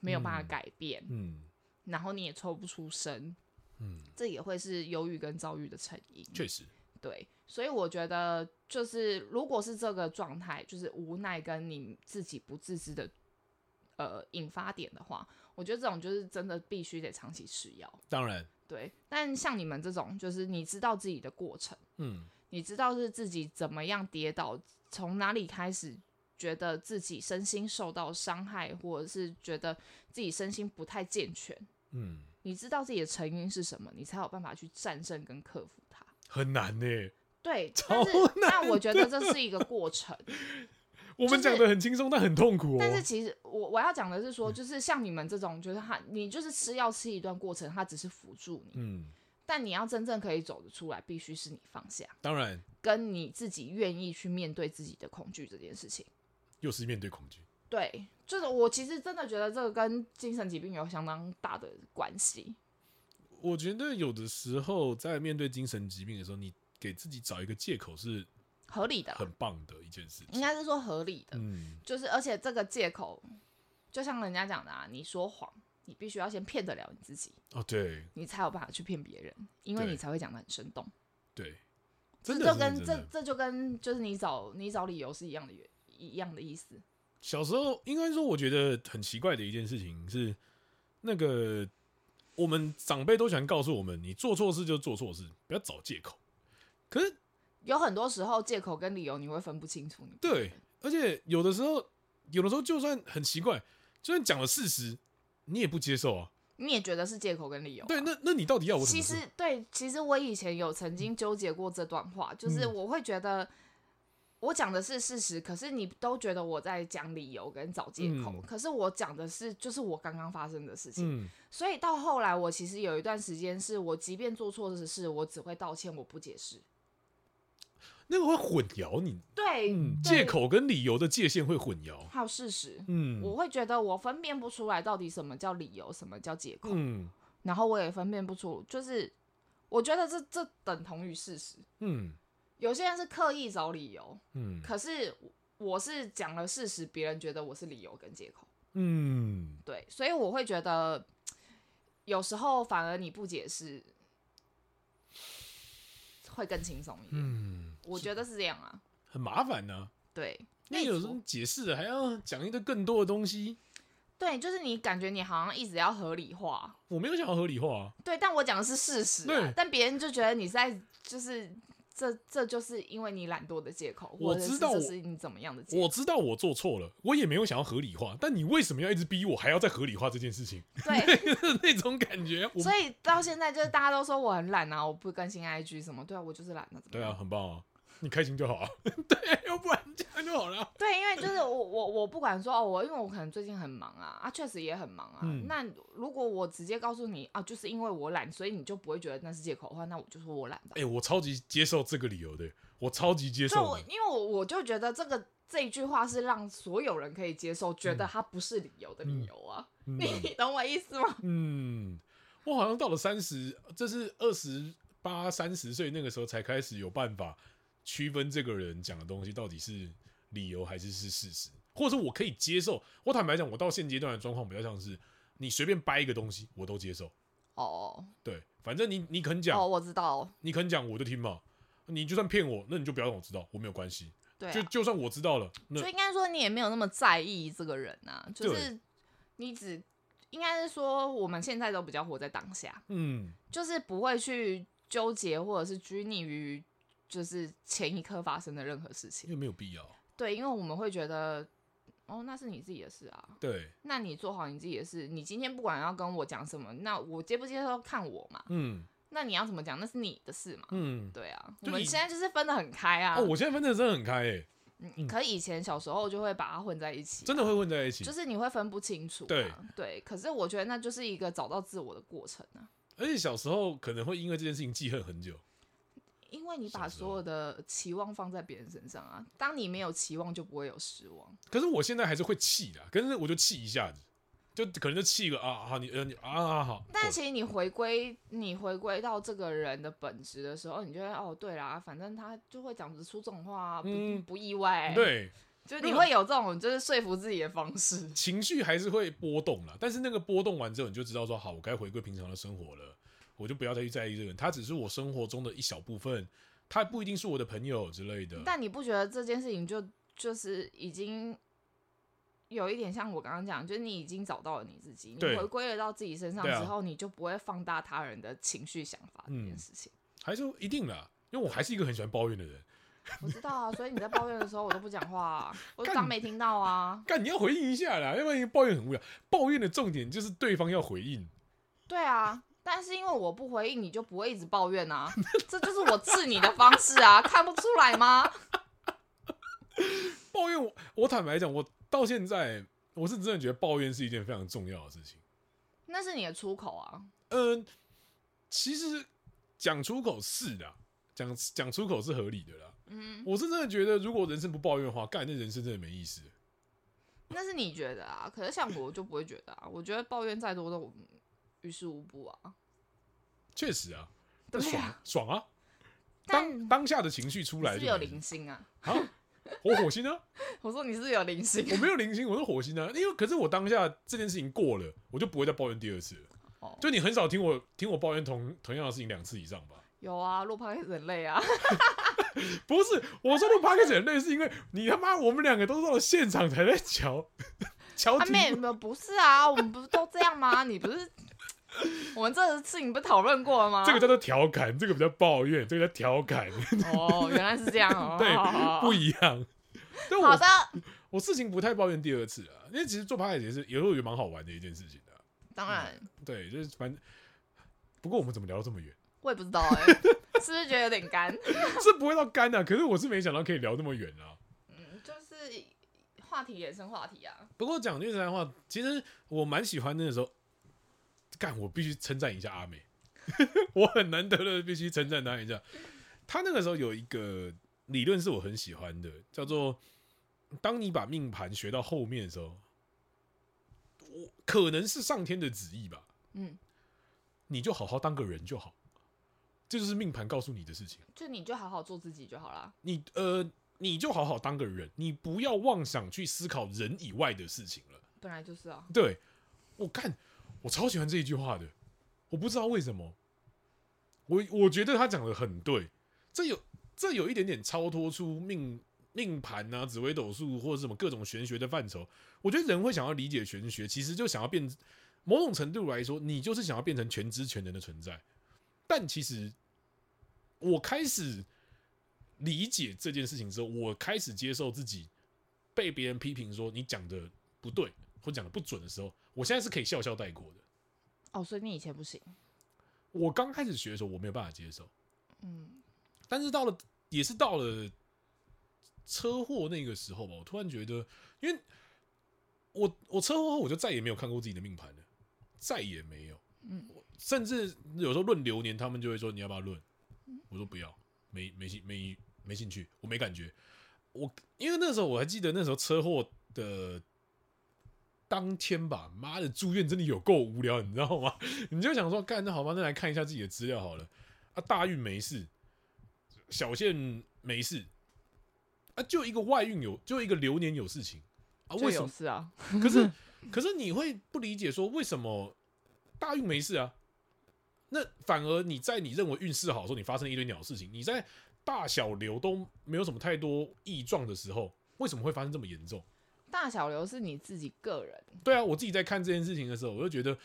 Speaker 2: 没有办法
Speaker 1: 嗯
Speaker 2: 改变，
Speaker 1: 嗯，
Speaker 2: 然后你也抽不出身，
Speaker 1: 嗯，
Speaker 2: 这也会是忧郁跟躁郁的成因。
Speaker 1: 确实，
Speaker 2: 对，所以我觉得就是如果是这个状态，就是无奈跟你自己不自知的呃引发点的话，我觉得这种就是真的必须得长期吃药。
Speaker 1: 当然，
Speaker 2: 对，但像你们这种，就是你知道自己的过程，
Speaker 1: 嗯
Speaker 2: 你知道是自己怎么样跌倒，从哪里开始觉得自己身心受到伤害，或者是觉得自己身心不太健全，
Speaker 1: 嗯，
Speaker 2: 你知道自己的成因是什么，你才有办法去战胜跟克服它。
Speaker 1: 很难呢、
Speaker 2: 对，
Speaker 1: 超
Speaker 2: 但是但我觉得这是一个过程，
Speaker 1: 我们讲的很轻松，但很痛苦哦。
Speaker 2: 但是其实我我要讲的是说，就是像你们这种，就是他你就是吃药吃一段过程，它只是辅助你，
Speaker 1: 嗯，
Speaker 2: 但你要真正可以走得出来，必须是你放下。
Speaker 1: 当然
Speaker 2: 跟你自己愿意去面对自己的恐惧这件事情。
Speaker 1: 又是面对恐惧。
Speaker 2: 对，就是我其实真的觉得这个跟精神疾病有相当大的关系。
Speaker 1: 我觉得有的时候在面对精神疾病的时候，你给自己找一个借口是
Speaker 2: 合理的啦，
Speaker 1: 很棒的一件事
Speaker 2: 啊应
Speaker 1: 情。
Speaker 2: 该是说合理的，
Speaker 1: 嗯
Speaker 2: 就是而且这个借口，就像人家讲的啊，你说谎，你必须要先骗得了你自己，
Speaker 1: 哦，对
Speaker 2: 你才有办法去骗别人，因为
Speaker 1: 对
Speaker 2: 你才会讲的很生动。
Speaker 1: 对，
Speaker 2: 这
Speaker 1: 真的
Speaker 2: 就是跟
Speaker 1: 真
Speaker 2: 这
Speaker 1: 的
Speaker 2: 这就跟就是你找你找理由是一样的原一样的意思。
Speaker 1: 小时候应该说，我觉得很奇怪的一件事情是，那个我们长辈都喜欢告诉我们，你做错事就做错事，不要找借口。可是
Speaker 2: 有很多时候借口跟理由你会分不清楚你。
Speaker 1: 对，而且有的时候，有的时候就算很奇怪，就算讲了事实，你也不接受啊。
Speaker 2: 你也觉得是借口跟理由啊、
Speaker 1: 对，那那你到底要我怎
Speaker 2: 其
Speaker 1: 么做？
Speaker 2: 实对，其实我以前有曾经纠结过这段话，就是
Speaker 1: 嗯
Speaker 2: 我会觉得我讲的是事实，可是你都觉得我在讲理由跟找借口，
Speaker 1: 嗯
Speaker 2: 可是我讲的是就是我刚刚发生的事情，
Speaker 1: 嗯
Speaker 2: 所以到后来我其实有一段时间是我即便做错的事，我只会道歉，我不解释。
Speaker 1: 那个会混淆你，
Speaker 2: 对，
Speaker 1: 嗯，
Speaker 2: 对
Speaker 1: 借口跟理由的界限会混淆，
Speaker 2: 还有事实，
Speaker 1: 嗯
Speaker 2: 我会觉得我分辨不出来到底什么叫理由，什么叫借口。
Speaker 1: 嗯
Speaker 2: 然后我也分辨不出，就是我觉得这这等同于事实。
Speaker 1: 嗯
Speaker 2: 有些人是刻意找理由，
Speaker 1: 嗯
Speaker 2: 可是我我是讲了事实，别人觉得我是理由跟借口。
Speaker 1: 嗯，
Speaker 2: 对，所以我会觉得，有时候反而你不解释，会更轻松一点。
Speaker 1: 嗯，
Speaker 2: 我觉得是这样啊，
Speaker 1: 很麻烦呢、
Speaker 2: 对，
Speaker 1: 因为有
Speaker 2: 没
Speaker 1: 时
Speaker 2: 错
Speaker 1: 候解释还要讲一个更多的东西，
Speaker 2: 对，就是你感觉你好像一直要合理化，
Speaker 1: 我没有想要合理化，啊
Speaker 2: 对，但我讲的是事实、啊
Speaker 1: 对，
Speaker 2: 但别人就觉得你在就是。这这就是因为你懒惰的借口，
Speaker 1: 我
Speaker 2: 或者
Speaker 1: 知
Speaker 2: 是
Speaker 1: 道
Speaker 2: 这
Speaker 1: 我
Speaker 2: 是你怎么样的借
Speaker 1: 我
Speaker 2: 口。
Speaker 1: 知道我做错了，我也没有想要合理化，但你为什么要一直逼我还要再合理化这件事情？
Speaker 2: 对，
Speaker 1: 那种感觉，我
Speaker 2: 所以到现在就是大家都说我很懒啊，我不更新 IG 什么，对啊，我就是懒啊，怎么
Speaker 1: 对
Speaker 2: 样
Speaker 1: 啊，很棒啊，你开心就好 啊，对，要不然这样就好了。
Speaker 2: 对，因为就是我我我不管说哦，我因为我可能最近很忙啊，啊确实也很忙啊。
Speaker 1: 嗯
Speaker 2: 那如果我直接告诉你啊，就是因为我懒，所以你就不会觉得那是借口的话，那我就说我懒吧
Speaker 1: 哎、。我超级接受这个理由的，我超级接
Speaker 2: 就
Speaker 1: 受
Speaker 2: 我
Speaker 1: 的。
Speaker 2: 因为我我就觉得这个这一句话是让所有人可以接受，觉得它不是理由的理由啊，
Speaker 1: 嗯
Speaker 2: 你懂我意思吗？
Speaker 1: 嗯，我好像到了三十，这是二十八、三十岁那个时候才开始有办法区分这个人讲的东西到底是理由还是是事实，或者是我可以接受。我坦白讲，我到现阶段的状况比较像是，你随便掰一个东西我都接受。
Speaker 2: 哦
Speaker 1: 对，反正你你肯讲，
Speaker 2: 哦，我知道哦，
Speaker 1: 你肯讲我就听嘛。你就算骗我，那你就不要让我知道，我没有关系。
Speaker 2: 对、啊，
Speaker 1: 就就算我知道了，那
Speaker 2: 就应该说你也没有那么在意这个人啊，就是你只应该是说我们现在都比较活在当下，
Speaker 1: 嗯
Speaker 2: 就是不会去纠结或者是拘泥于就是前一刻发生的任何事情。
Speaker 1: 又没有必要。
Speaker 2: 对，因为我们会觉得，哦，那是你自己的事啊，
Speaker 1: 对，
Speaker 2: 那你做好你自己的事。你今天不管要跟我讲什么，那我接不接受看我嘛，
Speaker 1: 嗯
Speaker 2: 那你要怎么讲那是你的事嘛。
Speaker 1: 嗯。
Speaker 2: 对啊，
Speaker 1: 就
Speaker 2: 我们
Speaker 1: 以
Speaker 2: 现在就是分得很开啊。
Speaker 1: 哦，我现在分的真的很开诶、
Speaker 2: 嗯可以前小时候就会把它混在一起啊、
Speaker 1: 真的会混在一起。
Speaker 2: 就是你会分不清楚、啊。
Speaker 1: 对
Speaker 2: 对，可是我觉得那就是一个找到自我的过程啊。
Speaker 1: 而且小时候可能会因为这件事情记恨很久。
Speaker 2: 因为你把
Speaker 1: 小时候
Speaker 2: 所有的期望放在别人身上啊，当你没有期望，就不会有失望。
Speaker 1: 可是我现在还是会气的，可是我就气一下子，就可能就气个啊好你呃你啊啊好，
Speaker 2: 但
Speaker 1: 哦
Speaker 2: 其实你回归，你回归到这个人的本质的时候，你就会哦，对啦，反正他就会讲得出这种话，啊不、
Speaker 1: 嗯
Speaker 2: 不意外。，
Speaker 1: 对
Speaker 2: 就你会有这种就是说服自己的方式。
Speaker 1: 情绪还是会波动了，但是那个波动完之后，你就知道说好，我该回归平常的生活了，我就不要再去在意这个人，他只是我生活中的一小部分，他不一定是我的朋友之类的。
Speaker 2: 但你不觉得这件事情就就是已经有一点像我刚刚讲，就是你已经找到了你自己，你
Speaker 1: 对
Speaker 2: 回归了到自己身上
Speaker 1: 对啊
Speaker 2: 之后，你就不会放大他人的情绪想法这件
Speaker 1: 嗯
Speaker 2: 事情。
Speaker 1: 还是一定啦，因为我还是一个很喜欢抱怨的人。
Speaker 2: 我知道啊，所以你在抱怨的时候，我都不讲话、啊，我就
Speaker 1: 干
Speaker 2: 当没听到啊。
Speaker 1: 干，你要回应一下啦，要不然你抱怨很无聊。抱怨的重点就是对方要回应。
Speaker 2: 对啊，但是因为我不回应，你就不会一直抱怨啊，这就是我治你的方式啊，看不出来吗？
Speaker 1: 抱怨我，我坦白讲，我到现在我是真的觉得抱怨是一件非常重要的事情。
Speaker 2: 那是你的出口啊。
Speaker 1: 嗯，其实讲出口是的啊，讲讲出口是合理的啦。
Speaker 2: 嗯，
Speaker 1: 我是真的觉得，如果人生不抱怨的话，干那人生真的没意思。
Speaker 2: 那是你觉得啊，可是像我就不会觉得啊，我觉得抱怨再多都于事无补啊。
Speaker 1: 确实啊，
Speaker 2: 对
Speaker 1: 爽
Speaker 2: 啊，
Speaker 1: 爽啊！当
Speaker 2: 但
Speaker 1: 当下的情绪出
Speaker 2: 你
Speaker 1: 来
Speaker 2: 是不
Speaker 1: 就是没
Speaker 2: 有
Speaker 1: 了
Speaker 2: 零星啊？
Speaker 1: 啊，我火星啊，
Speaker 2: 我说你是不是有零星
Speaker 1: 我没有零星，我是火星啊。因为可是我当下这件事情过了，我就不会再抱怨第二次了。
Speaker 2: 哦，
Speaker 1: 就你很少听我听我抱怨同同样的事情两次以上吧。
Speaker 2: 有啊，落拍很累啊。
Speaker 1: 不是，我说录 p o d c a 很累，是因为你他妈我们两个都到了现场才在瞧 瞧
Speaker 2: 他
Speaker 1: 题
Speaker 2: 啊妹
Speaker 1: 目，
Speaker 2: 们不是啊，我们不是都这样吗？ 你不 是我们这次你不讨论过了吗？
Speaker 1: 这个叫做调侃，这个比较抱怨，这个叫调侃，
Speaker 2: 哦，原来是这样哦。
Speaker 1: 对
Speaker 2: 好好，
Speaker 1: 不一 样。但
Speaker 2: 好
Speaker 1: 我
Speaker 2: 的，
Speaker 1: 我事情不太抱怨第二次啊，因为其实做 p o d c a 也是有时候也蛮好玩的一件事情的、啊。
Speaker 2: 当然
Speaker 1: 对，就是反正，不过我们怎么聊到这么远？
Speaker 2: 我也不知道哎、是不是觉得有点干？
Speaker 1: 是不会到干的、啊，可是我是没想到可以聊那么远啊。
Speaker 2: 嗯，就是话题衍生话题啊。
Speaker 1: 不过讲句实在话，其实我蛮喜欢那个时候。干，我必须称赞一下阿美， 我很难得的必须称赞她一下。她那个时候有一个理论是我很喜欢的，叫做“当你把命盘学到后面的时候，我可能是上天的旨意吧。
Speaker 2: 嗯，
Speaker 1: 你就好好当个人就好，这就是命盘告诉你的事情。
Speaker 2: 就你就好好做自己就好啦。
Speaker 1: 你呃，你就好好当个人，你不要妄想去思考人以外的事情了。
Speaker 2: 本来就是啊，
Speaker 1: 对，我看我超喜欢这一句话的，我不知道为什么，我我觉得他讲的很对，这有这有一点点超脱出命命盘啊、紫微斗数或者什么各种玄学的范畴。我觉得人会想要理解玄学，其实就想要变，某种程度来说，你就是想要变成全知全能的存在。但其实我开始理解这件事情之后，我开始接受自己被别人批评说你讲的不对或讲的不准的时候，我现在是可以笑笑带过的。
Speaker 2: 哦，所以你以前不行，
Speaker 1: 我刚开始学的时候，我没有办法接受，
Speaker 2: 嗯，
Speaker 1: 但是到了也是到了车祸那个时候吧，我突然觉得，因为我我车祸后我就再也没有看过自己的命盘了，再也没有，
Speaker 2: 嗯
Speaker 1: 我，甚至有时候论流年，他们就会说你要不要论，我说不要，没没兴没没兴趣，我没感觉，我因为那时候我还记得那时候车祸的。当天吧，妈的，住院真的有够无聊，你知道吗？ 你就想说，干那好吧，那来看一下自己的资料好了。啊，大运没事，小县没事，啊，就一个外运有，就一个流年有事情啊，
Speaker 2: 就
Speaker 1: 为什
Speaker 2: 有
Speaker 1: 么？
Speaker 2: 事啊，
Speaker 1: 可是可是你会不理解说为什么大运没事啊？那反而你在你认为运势好的时候，你发生一堆鸟事情，你在大小流都没有什么太多异状的时候，为什么会发生这么严重？
Speaker 2: 大小流是你自己个人，
Speaker 1: 对啊，我自己在看这件事情的时候，我就觉得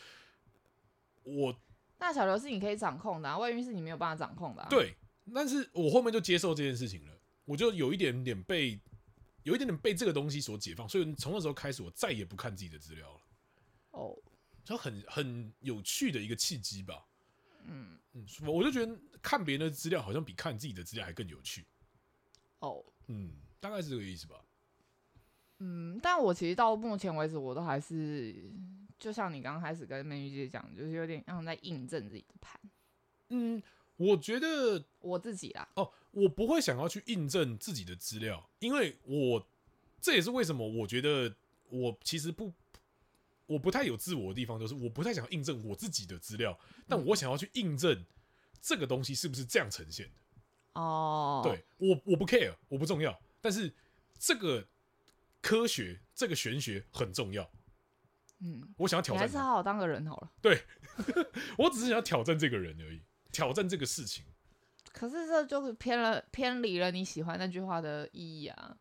Speaker 1: 我
Speaker 2: 大小流是你可以掌控的、啊，外遇是你没有办法掌控的、啊。，
Speaker 1: 对，但是我后面就接受这件事情了，我就有一点点被，有一点点被这个东西所解放，所以从那时候开始，我再也不看自己的资料了，
Speaker 2: 哦，
Speaker 1: 就很很有趣的一个契机吧。
Speaker 2: 嗯，
Speaker 1: 嗯，我就觉得看别人的资料好像比看自己的资料还更有趣。
Speaker 2: 哦，
Speaker 1: 嗯，大概是这个意思吧。
Speaker 2: 嗯，但我其实到目前为止，我都还是就像你刚开始跟美女姐讲，就是有点像在印证自己的盘，
Speaker 1: 嗯，我觉得
Speaker 2: 我自己啦，
Speaker 1: 哦，我不会想要去印证自己的资料，因为我这也是为什么我觉得我其实不我不太有自我的地方，就是我不太想印证我自己的资料，但我想要去印证这个东西是不是这样呈现的。
Speaker 2: 哦，，
Speaker 1: 对我我不 care，我不重要，但是这个科学这个玄学很重要，
Speaker 2: 嗯，
Speaker 1: 我想要挑
Speaker 2: 你还
Speaker 1: 战
Speaker 2: 是
Speaker 1: 它，
Speaker 2: 好好当个人好了。
Speaker 1: 我只是想要挑战这个人而已，挑战这个事情。
Speaker 2: 可是这就是偏了偏离了你喜欢那句话的意义啊。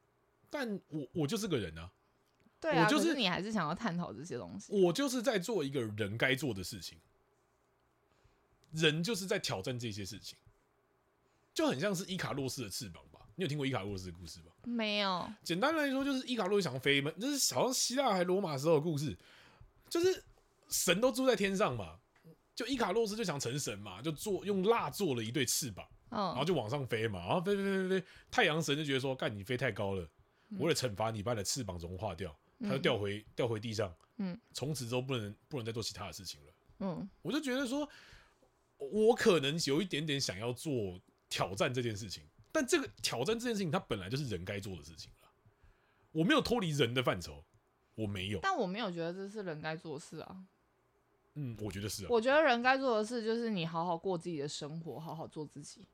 Speaker 1: 但我我就是个人啊，
Speaker 2: 对
Speaker 1: 我
Speaker 2: 啊，
Speaker 1: 就
Speaker 2: 可
Speaker 1: 是
Speaker 2: 是你还是想要探讨这些东西。
Speaker 1: 我就是在做一个人该做的事情，人就是在挑战这些事情，就很像是伊卡洛斯的翅膀吧？你有听过伊卡洛斯的故事吧？
Speaker 2: 没有，
Speaker 1: 简单来说，就是伊卡洛斯想飞嘛，就是好像希腊还罗马时候的故事，就是神都住在天上嘛，就伊卡洛斯就想成神嘛，就做用蜡做了一对翅膀，然后
Speaker 2: 嗯，
Speaker 1: 就往上飞嘛，然后飞飞飞飞飞，太阳神就觉得说，干你飞太高了，
Speaker 2: 嗯
Speaker 1: 我得惩罚你，把你的翅膀融化掉，它就掉回掉回地上，
Speaker 2: 嗯，
Speaker 1: 从此之后不能不能再做其他的事情了。
Speaker 2: 嗯，
Speaker 1: 我就觉得说，我可能有一点点想要做挑战这件事情，但这个挑战这件事情，它本来就是人该做的事情了，我没有脱离人的范畴，我没有，
Speaker 2: 但我没有觉得这是人该做的事啊。
Speaker 1: 嗯，我觉得是啊，
Speaker 2: 我觉得人该做的事就是你好好过自己的生活，好好做自己。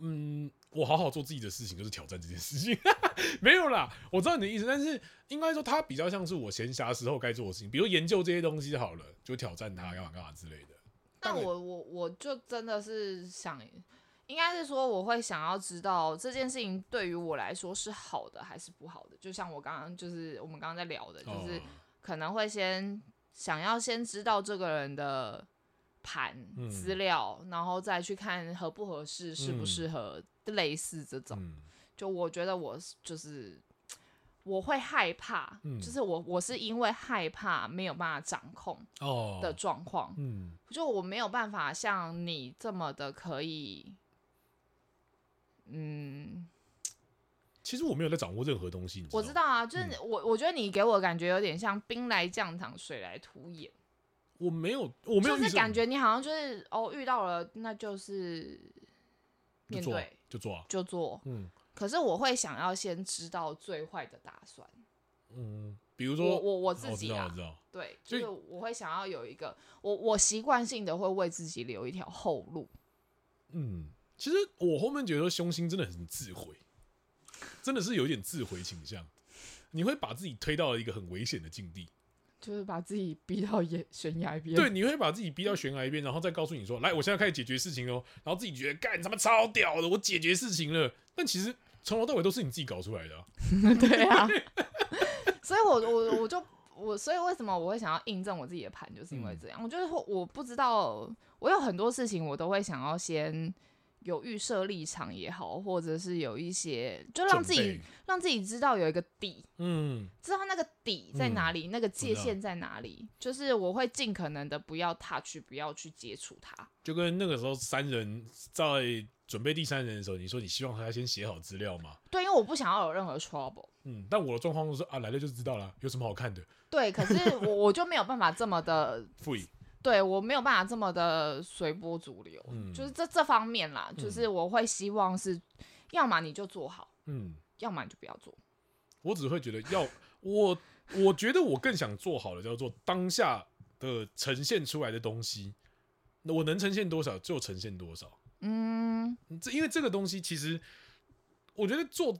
Speaker 1: 嗯，我好好做自己的事情，就是挑战这件事情。 没有啦，我知道你的意思，但是应该说它比较像是我闲暇时候该做的事情，比如研究这些东西好了，就挑战它干嘛干嘛之类的。
Speaker 2: 但
Speaker 1: 大概
Speaker 2: 我我我就真的是想，应该是说我会想要知道这件事情对于我来说是好的还是不好的。就像我刚刚就是我们刚刚在聊的，就是、
Speaker 1: 哦
Speaker 2: 可能会先想要先知道这个人的盘
Speaker 1: 嗯
Speaker 2: 资料，然后再去看合不合适、适不适合，类似这种。
Speaker 1: 嗯
Speaker 2: 就我觉得我是就是我会害怕，
Speaker 1: 嗯
Speaker 2: 就是我我是因为害怕没有办法掌控
Speaker 1: 哦
Speaker 2: 的状况，
Speaker 1: 嗯
Speaker 2: 就我没有办法像你这么的可以，嗯，
Speaker 1: 其实我没有在掌握任何东西，你
Speaker 2: 我
Speaker 1: 知
Speaker 2: 知
Speaker 1: 道吗，
Speaker 2: 道啊，就是我我觉得你给我的感觉有点像兵来将挡，水来土掩。
Speaker 1: 我没有，我没有
Speaker 2: 就
Speaker 1: 预
Speaker 2: 是
Speaker 1: 设
Speaker 2: 感觉你好像就是哦遇到了，那就是
Speaker 1: 就
Speaker 2: 面
Speaker 1: 做啊
Speaker 2: 对
Speaker 1: 就做啊，
Speaker 2: 就做。
Speaker 1: 嗯
Speaker 2: 可是我会想要先知道最坏的打算，
Speaker 1: 嗯，比如
Speaker 2: 我
Speaker 1: 说
Speaker 2: 我我
Speaker 1: 我
Speaker 2: 自己
Speaker 1: 知道我
Speaker 2: 啊
Speaker 1: 知，道，
Speaker 2: 对，
Speaker 1: 所
Speaker 2: 就
Speaker 1: 以
Speaker 2: 是我会想要有一个，我我习惯性的会为自己留一条后路。
Speaker 1: 嗯，其实我后面觉得凶星真的很自毁，真的是有一点自毁倾向，你会把自己推到一个很危险的境地，
Speaker 2: 就是把自己逼到悬悬崖边，
Speaker 1: 对，你会把自己逼到悬崖边，然后再告诉你说，来，我现在开始解决事情哦，然后自己觉得干他妈超屌的，我解决事情了，但其实从头到尾都是你自己搞出来的、啊，
Speaker 2: 对啊， 所以我我我就我，所以为什么我会想要印证我自己的盘，就是因为
Speaker 1: 嗯
Speaker 2: 这样。我就是会我不知道，我有很多事情我都会想要先有预设立场也好，或者是有一些就让
Speaker 1: 准
Speaker 2: 自己
Speaker 1: 备，
Speaker 2: 让自己知道有一个底，
Speaker 1: 嗯
Speaker 2: 知道那个底在哪里，那个界
Speaker 1: 我知道
Speaker 2: 限在哪里。就是我会尽可能的不要 touch，不要去接触它。
Speaker 1: 就跟那个时候三人在准备第三人的时候，你说你希望他先写好资料嘛？
Speaker 2: 对，因为我不想要有任何 trouble。
Speaker 1: 嗯，但我的状况都是啊，来了就知道了，有什么好看的？
Speaker 2: 对，可是我我就没有办法这么的
Speaker 1: 不以，
Speaker 2: 对我没有办法这么的随波逐流，
Speaker 1: 嗯
Speaker 2: 就是这这方面啦，就是我会希望是，要么你就做好，
Speaker 1: 嗯，
Speaker 2: 要么你就不要做。
Speaker 1: 我只会觉得要我，我觉得我更想做好的叫做当下的呈现出来的东西，那我能呈现多少就呈现多少。
Speaker 2: 嗯，
Speaker 1: 这因为这个东西其实，我觉得做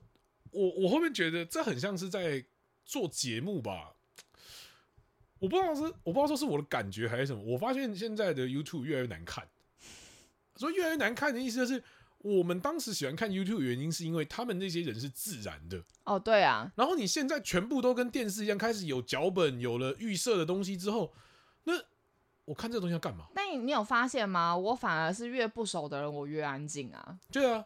Speaker 1: 我我后面觉得这很像是在做节目吧。我不知道是我不知道说是我的感觉还是什么，我发现现在的 YouTube 越来越难看。说越来越难看的意思就是，我们当时喜欢看 YouTube 的原因是因为他们那些人是自然的，
Speaker 2: 哦，对啊，
Speaker 1: 然后你现在全部都跟电视一样，开始有脚本，有了预设的东西之后，那我看这个东西要干嘛？
Speaker 2: 但你你有发现吗？我反而是越不熟的人，我越安静啊。
Speaker 1: 对啊，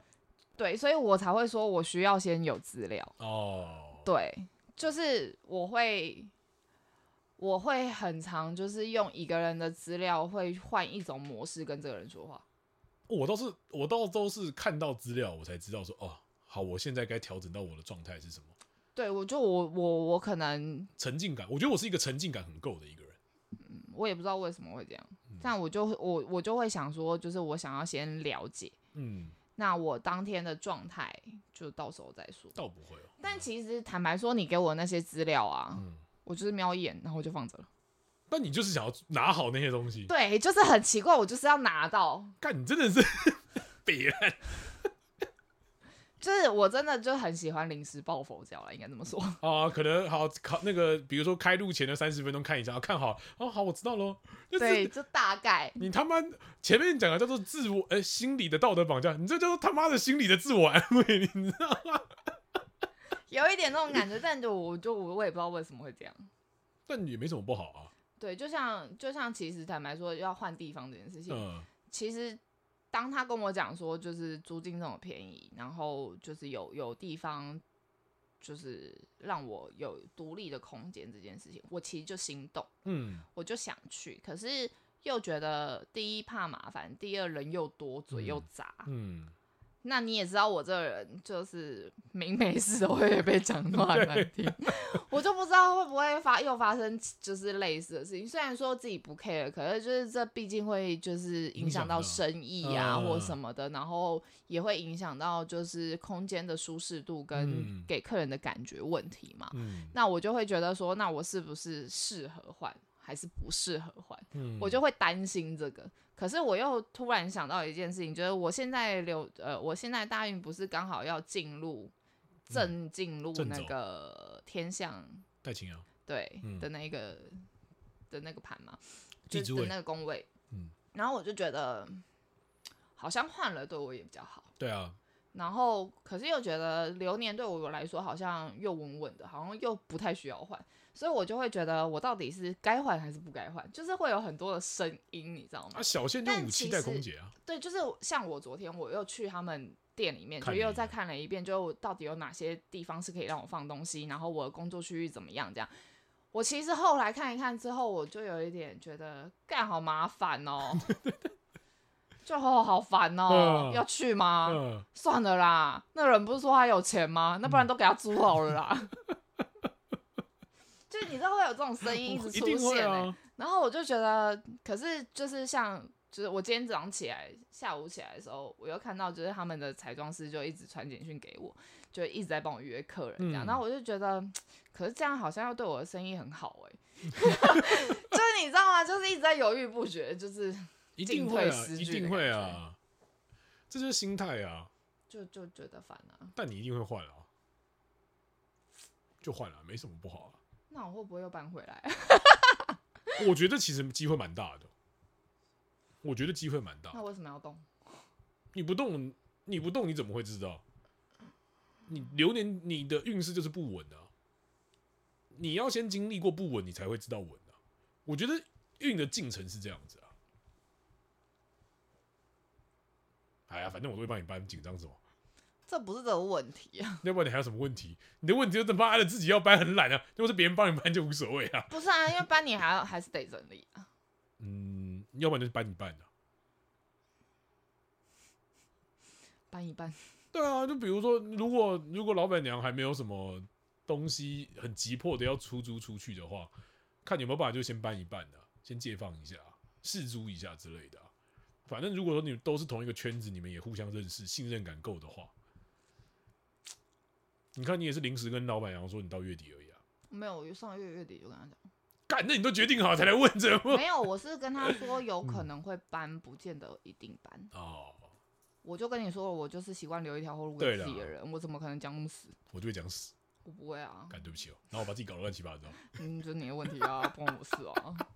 Speaker 2: 对，所以我才会说我需要先有资料。
Speaker 1: 哦，
Speaker 2: 对，就是我会，我会很常就是用一个人的资料，会换一种模式跟这个人说话。
Speaker 1: 我倒是我倒都是看到资料，我才知道说哦，好，我现在该调整到我的状态是什么，
Speaker 2: 对，我就我我我可能
Speaker 1: 沉浸感。我觉得我是一个沉浸感很够的一个人。
Speaker 2: 我也不知道为什么会这样，
Speaker 1: 嗯
Speaker 2: 但我就会我我就会想说，就是我想要先了解，
Speaker 1: 嗯，
Speaker 2: 那我当天的状态就到时候再说。
Speaker 1: 倒不会哦。
Speaker 2: 但其实坦白说，你给我那些资料啊，
Speaker 1: 嗯
Speaker 2: 我就是瞄一眼，然后我就放着了。
Speaker 1: 但你就是想要拿好那些东西，
Speaker 2: 对，就是很奇怪，我就是要拿到，
Speaker 1: 干你真的是 别了。
Speaker 2: 就是我真的就很喜欢临时抱佛脚了，应该这么说。
Speaker 1: 啊，可能好考那个，比如说开录前的三十分钟看一下，啊看好哦，好，我知道喽。 就是
Speaker 2: 对，就大概
Speaker 1: 你他妈前面讲的叫做自我，呃，心理的道德绑架，你这叫做他妈的心理的自我安慰， 你知道吗？
Speaker 2: 有一点那种感觉，但就我就我也不知道为什么会这样。
Speaker 1: 但也没什么不好啊，
Speaker 2: 对，就像就像其实坦白说，要换地方这件事情，
Speaker 1: 嗯
Speaker 2: 其实当他跟我讲说，就是租金这么便宜，然后就是有有地方，就是让我有独立的空间这件事情，我其实就心动，
Speaker 1: 嗯
Speaker 2: 我就想去，可是又觉得第一怕麻烦，第二人又多，嘴又杂。
Speaker 1: 嗯，
Speaker 2: 那你也知道我这个人就是明没事都会被讲得 很难听，我就不知道会不会发又发生就是类似的事情。虽然说自己不 care，可是就是这毕竟会就是影响到
Speaker 1: 影响
Speaker 2: 生意啊
Speaker 1: 嗯
Speaker 2: 或什么的，然后也会影响到就是空间的舒适度跟
Speaker 1: 嗯
Speaker 2: 给客人的感觉问题嘛。
Speaker 1: 嗯
Speaker 2: 那我就会觉得说，那我是不是适合换还是不适合换？
Speaker 1: 嗯，
Speaker 2: 我就会担心这个。可是我又突然想到一件事情，就是我现在留呃，我现在大运不是刚好要进入正进入
Speaker 1: 正
Speaker 2: 那
Speaker 1: 走
Speaker 2: 个天象
Speaker 1: 戴青啊，
Speaker 2: 对、
Speaker 1: 嗯
Speaker 2: 的那个的那个盘嘛，
Speaker 1: 地
Speaker 2: 就
Speaker 1: 支
Speaker 2: 是的
Speaker 1: 位
Speaker 2: 那个宫位。
Speaker 1: 嗯，
Speaker 2: 然后我就觉得好像换了对我也比较好。
Speaker 1: 对啊，
Speaker 2: 然后，可是又觉得流年对我来说好像又稳稳的，好像又不太需要换，所以我就会觉得我到底是该换还是不该换，就是会有很多的声音，你知道吗
Speaker 1: 啊，？小线就
Speaker 2: 但
Speaker 1: 武
Speaker 2: 其
Speaker 1: 器带
Speaker 2: 实
Speaker 1: 空姐啊，
Speaker 2: 对，就是像我昨天我又去他们店里面，就
Speaker 1: 看了
Speaker 2: 又
Speaker 1: 一
Speaker 2: 再
Speaker 1: 遍
Speaker 2: 看了一遍，就我到底有哪些地方是可以让我放东西，然后我的工作区域怎么样这样。我其实后来看一看之后，我就有一点觉得干好麻烦 哦，就好好烦哦，
Speaker 1: 嗯
Speaker 2: 要去吗？
Speaker 1: 嗯，
Speaker 2: 算了啦，那人不是说他有钱吗？那不然都给他租好了 啦。就是你知道会有这种声音一直
Speaker 1: 一
Speaker 2: 出
Speaker 1: 定会
Speaker 2: 现、欸
Speaker 1: 啊，
Speaker 2: 然后我就觉得，可是就是像就是我今天早上起来，下午起来的时候，我又看到就是他们的彩妆师就一直传简讯给我，就一直在帮我约客人这样，
Speaker 1: 嗯
Speaker 2: 然后我就觉得，可是这样好像要对我的生意很好哎、 就是你知道吗？就是一直在犹豫不决，就是
Speaker 1: 一
Speaker 2: 进
Speaker 1: 定会
Speaker 2: 退
Speaker 1: 啊，
Speaker 2: 失
Speaker 1: 一
Speaker 2: 据的
Speaker 1: 定会
Speaker 2: 感
Speaker 1: 啊，这就是心态啊。
Speaker 2: 就就觉得烦啊。
Speaker 1: 但你一定会换啊，就换了、没什么不好啊。
Speaker 2: 那我会不会又搬回 来？
Speaker 1: 我觉得其实机会蛮大的，我觉得机会蛮大的
Speaker 2: 那为什么要动？
Speaker 1: 你不动，你不动，你怎么会知道？你流年你的运势就是不稳的啊、你要先经历过不稳，你才会知道稳的啊、我觉得运的进程是这样子啊。哎呀，反正我都会帮你搬，紧张什么？
Speaker 2: 这不是这个问题啊，
Speaker 1: 要不然你还有什么问题？你的问题就是妈的自己要搬很懒啊，如果是别人帮你搬就无所谓啊。
Speaker 2: 不是啊，因为搬你还要还是得整理啊。
Speaker 1: 嗯，要不然就是搬一半的、
Speaker 2: 搬一搬，
Speaker 1: 对啊，就比如说，如果如果老板娘还没有什么东西很急迫的要出租出去的话，看有没有办法就先搬一半的、啊先借放一下，啊试租一下之类的啊、反正如果说你都是同一个圈子，你们也互相认识，信任感够的话，你看你也是临时跟老板娘说你到月底而已啊，
Speaker 2: 没有，我上个月月底就跟他讲，
Speaker 1: 干，那你都决定好才来问这 吗？
Speaker 2: 没有，我是跟他说有可能会搬，不见得一定搬。
Speaker 1: 哦，
Speaker 2: 我就跟你说了，我就是习惯留一条后路
Speaker 1: 对
Speaker 2: 给
Speaker 1: 啦
Speaker 2: 自己的人，我怎么可能讲那么死？
Speaker 1: 我就会讲死，
Speaker 2: 我不会啊，
Speaker 1: 干，对不起哦，然后我把自己搞得乱七八糟，
Speaker 2: 嗯，就是你的问题啊，不关我事啊。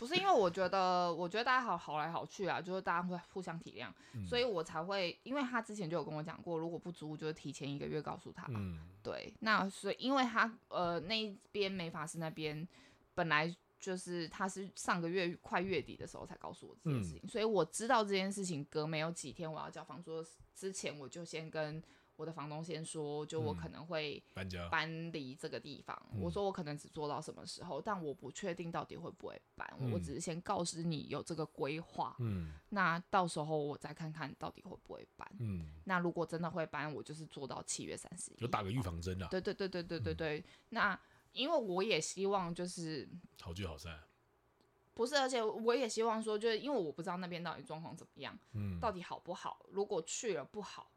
Speaker 2: 不是因为我觉得，我觉得大家好好来好去啊，就是大家会互相体谅，
Speaker 1: 嗯
Speaker 2: 所以我才会，因为他之前就有跟我讲过，如果不租，就是提前一个月告诉他。
Speaker 1: 嗯，
Speaker 2: 对，那所以因为他呃那一边美发师那边本来就是他是上个月快月底的时候才告诉我
Speaker 1: 嗯
Speaker 2: 这件事情，所以我知道这件事情隔没有几天我要交房租之前，我就先跟我的房东先说，就我可能会
Speaker 1: 搬家，
Speaker 2: 搬离这个地方，
Speaker 1: 啊嗯
Speaker 2: 我说我可能只做到什么时候，但我不确定到底会不会搬，我
Speaker 1: 嗯
Speaker 2: 只是先告知你有这个规划，
Speaker 1: 嗯
Speaker 2: 那到时候我再看看到底会不会搬。
Speaker 1: 嗯，
Speaker 2: 那如果真的会搬，我就是做到七月三十一。
Speaker 1: 就打个预防针啊，
Speaker 2: 对对对对对对对。那因为我也希望就是
Speaker 1: 好聚好散，
Speaker 2: 不是，而且我也希望说，就是因为我不知道那边到底状况怎么样，
Speaker 1: 嗯，
Speaker 2: 到底好不好。如果去了不好，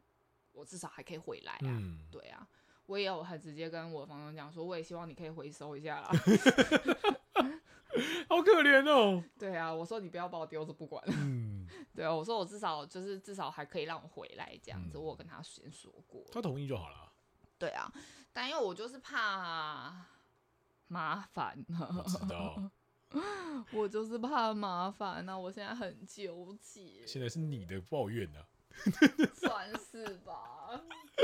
Speaker 2: 我至少还可以回来啊。
Speaker 1: 嗯。
Speaker 2: 对啊，我也有很直接跟我房东讲说，我也希望你可以回收一下啊 啦。
Speaker 1: 好可怜哦。
Speaker 2: 对啊，我说你不要把我丢着不管。
Speaker 1: 嗯，
Speaker 2: 对啊，我说我至少就是至少还可以让我回来这样子，
Speaker 1: 嗯
Speaker 2: 我有跟他先说过。
Speaker 1: 他同意就好了。
Speaker 2: 对啊，但因为我就是怕麻烦
Speaker 1: 我
Speaker 2: 嗯
Speaker 1: 知道，
Speaker 2: 我就是怕麻烦那我现在很纠结，
Speaker 1: 现在是你的抱怨呢、
Speaker 2: 算是吧。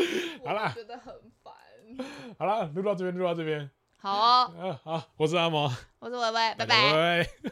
Speaker 1: 好啦
Speaker 2: 我觉得很烦。
Speaker 1: 好啦，录到这边，录到这边。
Speaker 2: 好哦，
Speaker 1: 啊，好，我是阿毛，
Speaker 2: 我是维维，拜
Speaker 1: 拜
Speaker 2: 拜。
Speaker 1: 拜。